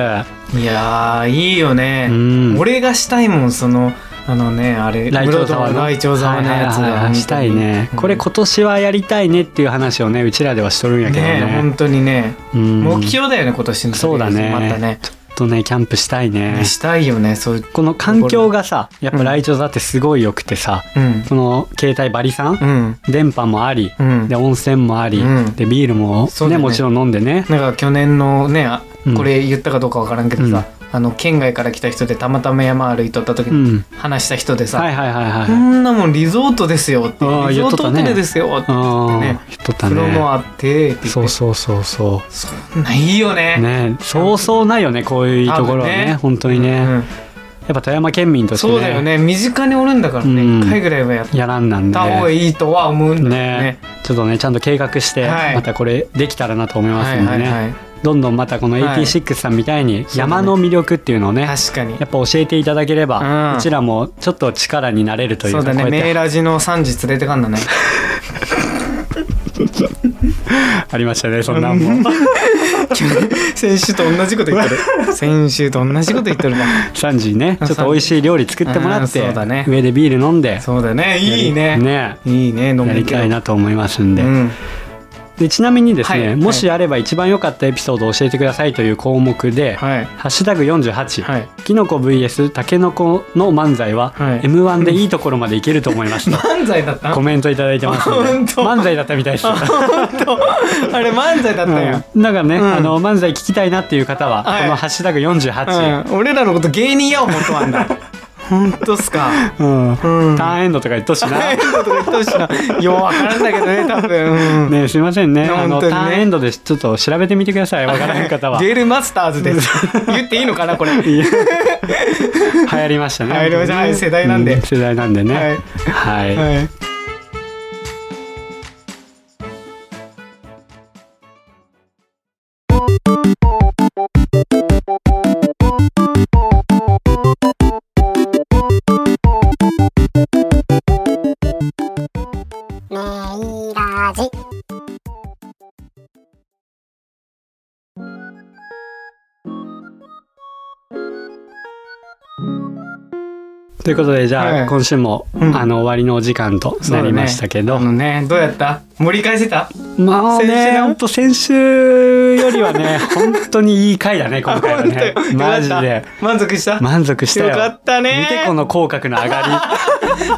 Speaker 1: やーいいよね
Speaker 2: うん
Speaker 1: 俺がしたいもんそのあのねあれ
Speaker 2: ライチョウザワの
Speaker 1: ライチョウザワのやつ
Speaker 2: はいはいはいはいしたいね、これ今年はやりたいねっていう話をねうちらではしとるんや
Speaker 1: ね
Speaker 2: けどね
Speaker 1: ね本当にね
Speaker 2: うん
Speaker 1: 目標だよね今年の
Speaker 2: そうだね
Speaker 1: またね
Speaker 2: ちょっとねキャンプしたいね
Speaker 1: したいよねそう
Speaker 2: この環境がさやっぱライチョウ座ってすごい良くてさ、
Speaker 1: うん
Speaker 2: その携帯バリさん、
Speaker 1: うん
Speaker 2: 電波もあり、
Speaker 1: うん
Speaker 2: で温泉もあり、
Speaker 1: うん
Speaker 2: でビールも
Speaker 1: そう
Speaker 2: ね
Speaker 1: だね
Speaker 2: もちろん飲んでね
Speaker 1: なんか去年のねあ
Speaker 2: うん
Speaker 1: これ言ったかどうかわからんけどさ、あの県外から来た人でたまたま山歩いとった時
Speaker 2: う
Speaker 1: に
Speaker 2: ん
Speaker 1: 話した人でさ「
Speaker 2: はいはいはいはい、
Speaker 1: こんなもんリゾートですよ」って
Speaker 2: あ
Speaker 1: 「
Speaker 2: ー
Speaker 1: リゾ
Speaker 2: 言っと
Speaker 1: ー
Speaker 2: っ
Speaker 1: トホ
Speaker 2: たね
Speaker 1: テルですよ」って
Speaker 2: ああ、
Speaker 1: ね
Speaker 2: 言っとった
Speaker 1: 風呂も
Speaker 2: ね
Speaker 1: あってって言って
Speaker 2: そうそうそうそ
Speaker 1: そんなんいいよね
Speaker 2: うねそうそうないよねこういうところは
Speaker 1: あ
Speaker 2: ね
Speaker 1: るね
Speaker 2: 本当にね、
Speaker 1: うん
Speaker 2: やっぱ富山県民としてね
Speaker 1: そうだよね身近におるんだからね、
Speaker 2: うん
Speaker 1: 一回ぐらいはやっ
Speaker 2: やらんなんで
Speaker 1: た方がいいとは思うんだよね
Speaker 2: ねちょっとねちゃんと計画して、
Speaker 1: はい
Speaker 2: またこれできたらなと思いま
Speaker 1: は
Speaker 2: す
Speaker 1: い
Speaker 2: んでね、
Speaker 1: はいはい
Speaker 2: どんどんまたこの
Speaker 1: はい
Speaker 2: 86さんみたいに
Speaker 1: そうだね
Speaker 2: 山の魅力っていうのをね、
Speaker 1: 確かに
Speaker 2: やっぱ教えていただければ、う
Speaker 1: うん
Speaker 2: ちらもちょっと力になれるという
Speaker 1: そ
Speaker 2: か
Speaker 1: うだね
Speaker 2: こうや
Speaker 1: メ
Speaker 2: って
Speaker 1: ーラジの3時連れてかんだ
Speaker 2: [LAUGHS]
Speaker 1: ね
Speaker 2: ありましたねそんなんも
Speaker 1: [LAUGHS] 先週と同じこと言って
Speaker 2: [LAUGHS]
Speaker 1: る先週と同じこと言ってるな
Speaker 2: 3時にねちょっと美味しい料理作ってもらって、
Speaker 1: うんそうだね
Speaker 2: 上でビール飲んで
Speaker 1: そうだねいいね
Speaker 2: ね
Speaker 1: いいね飲み
Speaker 2: やりたいなと思いますんで,、
Speaker 1: うん、
Speaker 2: でちなみにですね、
Speaker 1: はい
Speaker 2: もしあれば一番良かったエピソードを教えてくださいという項目で、
Speaker 1: はい
Speaker 2: ハッシュタグ48、
Speaker 1: はい
Speaker 2: キノコ VS タケノコの漫才は、
Speaker 1: はい
Speaker 2: M1 でいいところまでいけると思
Speaker 1: [LAUGHS]
Speaker 2: いますと
Speaker 1: 漫才だった
Speaker 2: コ
Speaker 1: 本
Speaker 2: メントいただいてますので
Speaker 1: あ本当
Speaker 2: 漫才だったみたいです。
Speaker 1: 当あれ漫才だったよ、
Speaker 2: うんだからね、
Speaker 1: うん
Speaker 2: あの漫才聞きたいなっていう方は、
Speaker 1: はい
Speaker 2: この「ハッシュタグ
Speaker 1: う
Speaker 2: #48、
Speaker 1: ん俺らのこと芸人や思っとわんだ本当っすか。
Speaker 2: うん、
Speaker 1: うん
Speaker 2: ターンエンドとか言っとしな
Speaker 1: ターンエンドとか言ってほしいな。ようわからんだけどね、多分。うん
Speaker 2: ねすいませんねあ
Speaker 1: 本
Speaker 2: の
Speaker 1: 当
Speaker 2: タ
Speaker 1: にね
Speaker 2: ーンエンドでちょっと調べてみてくださいわからない方は
Speaker 1: ゲールマスターズです。言っていいのかな、これ。はい。
Speaker 2: [LAUGHS]
Speaker 1: [LAUGHS]
Speaker 2: いや流行りましたね
Speaker 1: 流行りましたはい世代なんで
Speaker 2: う世代なんでね
Speaker 1: はい
Speaker 2: はい、
Speaker 3: メイラジ
Speaker 2: ということでじゃあ、
Speaker 1: はい
Speaker 2: 今週も、
Speaker 1: うん
Speaker 2: あの終わりのお時間となりましたけど、
Speaker 1: あのね、どうやった盛り返せた
Speaker 2: まあ
Speaker 1: 先週
Speaker 2: ね
Speaker 1: な
Speaker 2: ほんと先週より
Speaker 1: [LAUGHS]
Speaker 2: はね本当にいい回だね今回はね
Speaker 1: 本当よ
Speaker 2: マジで。
Speaker 1: 満足した
Speaker 2: 満足したよ
Speaker 1: よかったね
Speaker 2: 見てこの口角の上が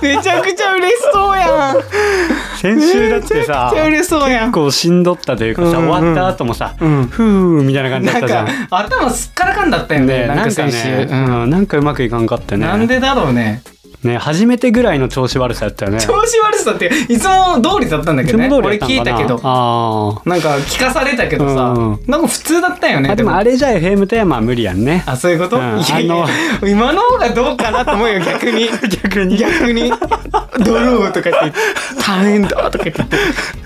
Speaker 1: めちゃくちゃ嬉しそうやん。
Speaker 2: [LAUGHS] り先週だってさ
Speaker 1: めちゃくちゃ嬉しそうやん
Speaker 2: 結。構しんどったというかさ、
Speaker 1: うんうん
Speaker 2: 終わった後もさ、
Speaker 1: うん
Speaker 2: ふーみたいな感じだ
Speaker 1: な
Speaker 2: っ
Speaker 1: ん
Speaker 2: たじゃん
Speaker 1: か頭すっからかんだったよね。
Speaker 2: ね、
Speaker 1: な
Speaker 2: なん
Speaker 1: か
Speaker 2: んか
Speaker 1: 先週。
Speaker 2: ね、
Speaker 1: うん
Speaker 2: うん、なんかうまくいかんかったね。
Speaker 1: なんでだろうね。
Speaker 2: ね、初めてぐらいの調子悪さだったよね。
Speaker 1: 調子悪さっていつも通りだったんだけどね。
Speaker 2: いつも通
Speaker 1: 俺
Speaker 2: りだっ
Speaker 1: 聞
Speaker 2: た
Speaker 1: い
Speaker 2: のかな
Speaker 1: たけど。
Speaker 2: あ
Speaker 1: なんか聞かされたけどさ
Speaker 2: うん、
Speaker 1: なんか普通だったよ
Speaker 2: あ。
Speaker 1: ね。
Speaker 2: あ、でもあれじゃ FM テーマは無理やんね。
Speaker 1: あそういうこと、
Speaker 2: うん
Speaker 1: いやいや
Speaker 2: あ
Speaker 1: 今の方がどうかなと思うよ逆
Speaker 2: [LAUGHS]
Speaker 1: に逆に逆に「ドロー」とか言って「ターンド」とか言って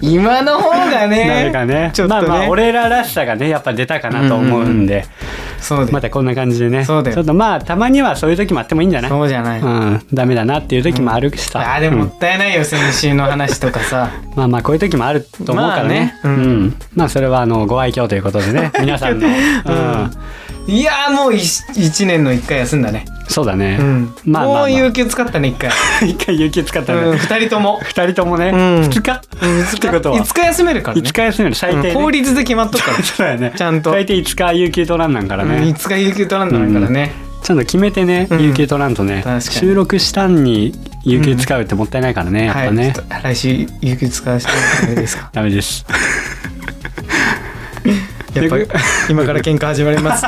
Speaker 1: 今の方が
Speaker 2: な
Speaker 1: ね
Speaker 2: んかね、
Speaker 1: ちょっと
Speaker 2: まあ
Speaker 1: ね、
Speaker 2: まあ俺ららしさがね、やっぱ出たかなと思うんで、
Speaker 1: そうで、
Speaker 2: またこんな感じでね、ちょ
Speaker 1: そう
Speaker 2: っ
Speaker 1: だよ
Speaker 2: とまあたまにはそういう時もあってもいいんじゃない？
Speaker 1: そうじゃない、
Speaker 2: うん、ダメだなっていう時もあるしさ、
Speaker 1: あーでも
Speaker 2: う
Speaker 1: も
Speaker 2: ん
Speaker 1: ったいないよ先週の話とかさ
Speaker 2: まあまあこういう時もあると思うからね,、
Speaker 1: まあね
Speaker 2: う
Speaker 1: うんん
Speaker 2: まあそれはあのご愛嬌ということ
Speaker 1: [LAUGHS]
Speaker 2: でね皆さんの、うん
Speaker 1: いやーもうい1年の1回休んだね、
Speaker 2: そうだね、
Speaker 1: うん
Speaker 2: まあまあ、まあ、
Speaker 1: もう有
Speaker 2: う
Speaker 1: 給使ったね1回、
Speaker 2: [LAUGHS] 一回有給使ったね、
Speaker 1: うん、2人とも
Speaker 2: 二人ともね、
Speaker 1: うん
Speaker 2: 二日、ってことは
Speaker 1: 5日休めるからね
Speaker 2: 5日休める最低、ね
Speaker 1: うん法律で決まっとくから、
Speaker 2: そうだよね
Speaker 1: ちゃんと
Speaker 2: 最低5日有給取らんなんからね、
Speaker 1: 5日有給取らんのだからね、
Speaker 2: ちゃんと決めてね、
Speaker 1: うん
Speaker 2: 有給取らんとね
Speaker 1: 確かに
Speaker 2: 収録したんに有給使うってもったいないからね、やっ
Speaker 1: は
Speaker 2: ぱ
Speaker 1: い、
Speaker 2: ね、
Speaker 1: ちょっと来週有給使わせてもらってもいいです
Speaker 2: [LAUGHS]
Speaker 1: か
Speaker 2: ダメです
Speaker 1: やっぱ今から喧嘩始まり
Speaker 2: [LAUGHS]
Speaker 1: ます。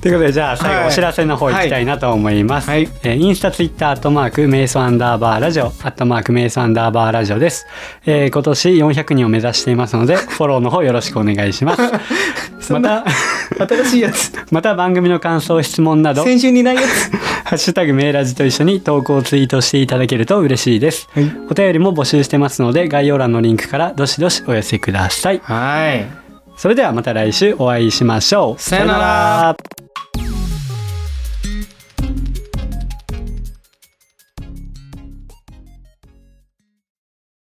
Speaker 2: ということでじゃあ最
Speaker 1: は
Speaker 2: 後
Speaker 1: い
Speaker 2: お知らせの方行きたいなと思います、
Speaker 1: はい
Speaker 2: えーインスタツイッターアットマークメイソアンダーバーラジオアットマークメイソアンダーバーラジオです、えー今年400人を目指しています
Speaker 1: [LAUGHS]
Speaker 2: のでフォローの方よろしくお願いします
Speaker 1: そ
Speaker 2: ま
Speaker 1: んな
Speaker 2: た
Speaker 1: 新しいやつ。
Speaker 2: また [LAUGHS] 番組の感想質問など
Speaker 1: 先週にないやつ。
Speaker 2: ハッシュタグメーラジと一緒に投稿ツイートしていただけると嬉しいです。
Speaker 1: はい
Speaker 2: お便りも募集してますので、概要欄のリンクからどしどしお寄せください。
Speaker 1: はい。
Speaker 2: それではまた来週お会いしましょう。
Speaker 1: さよなら
Speaker 2: さよなら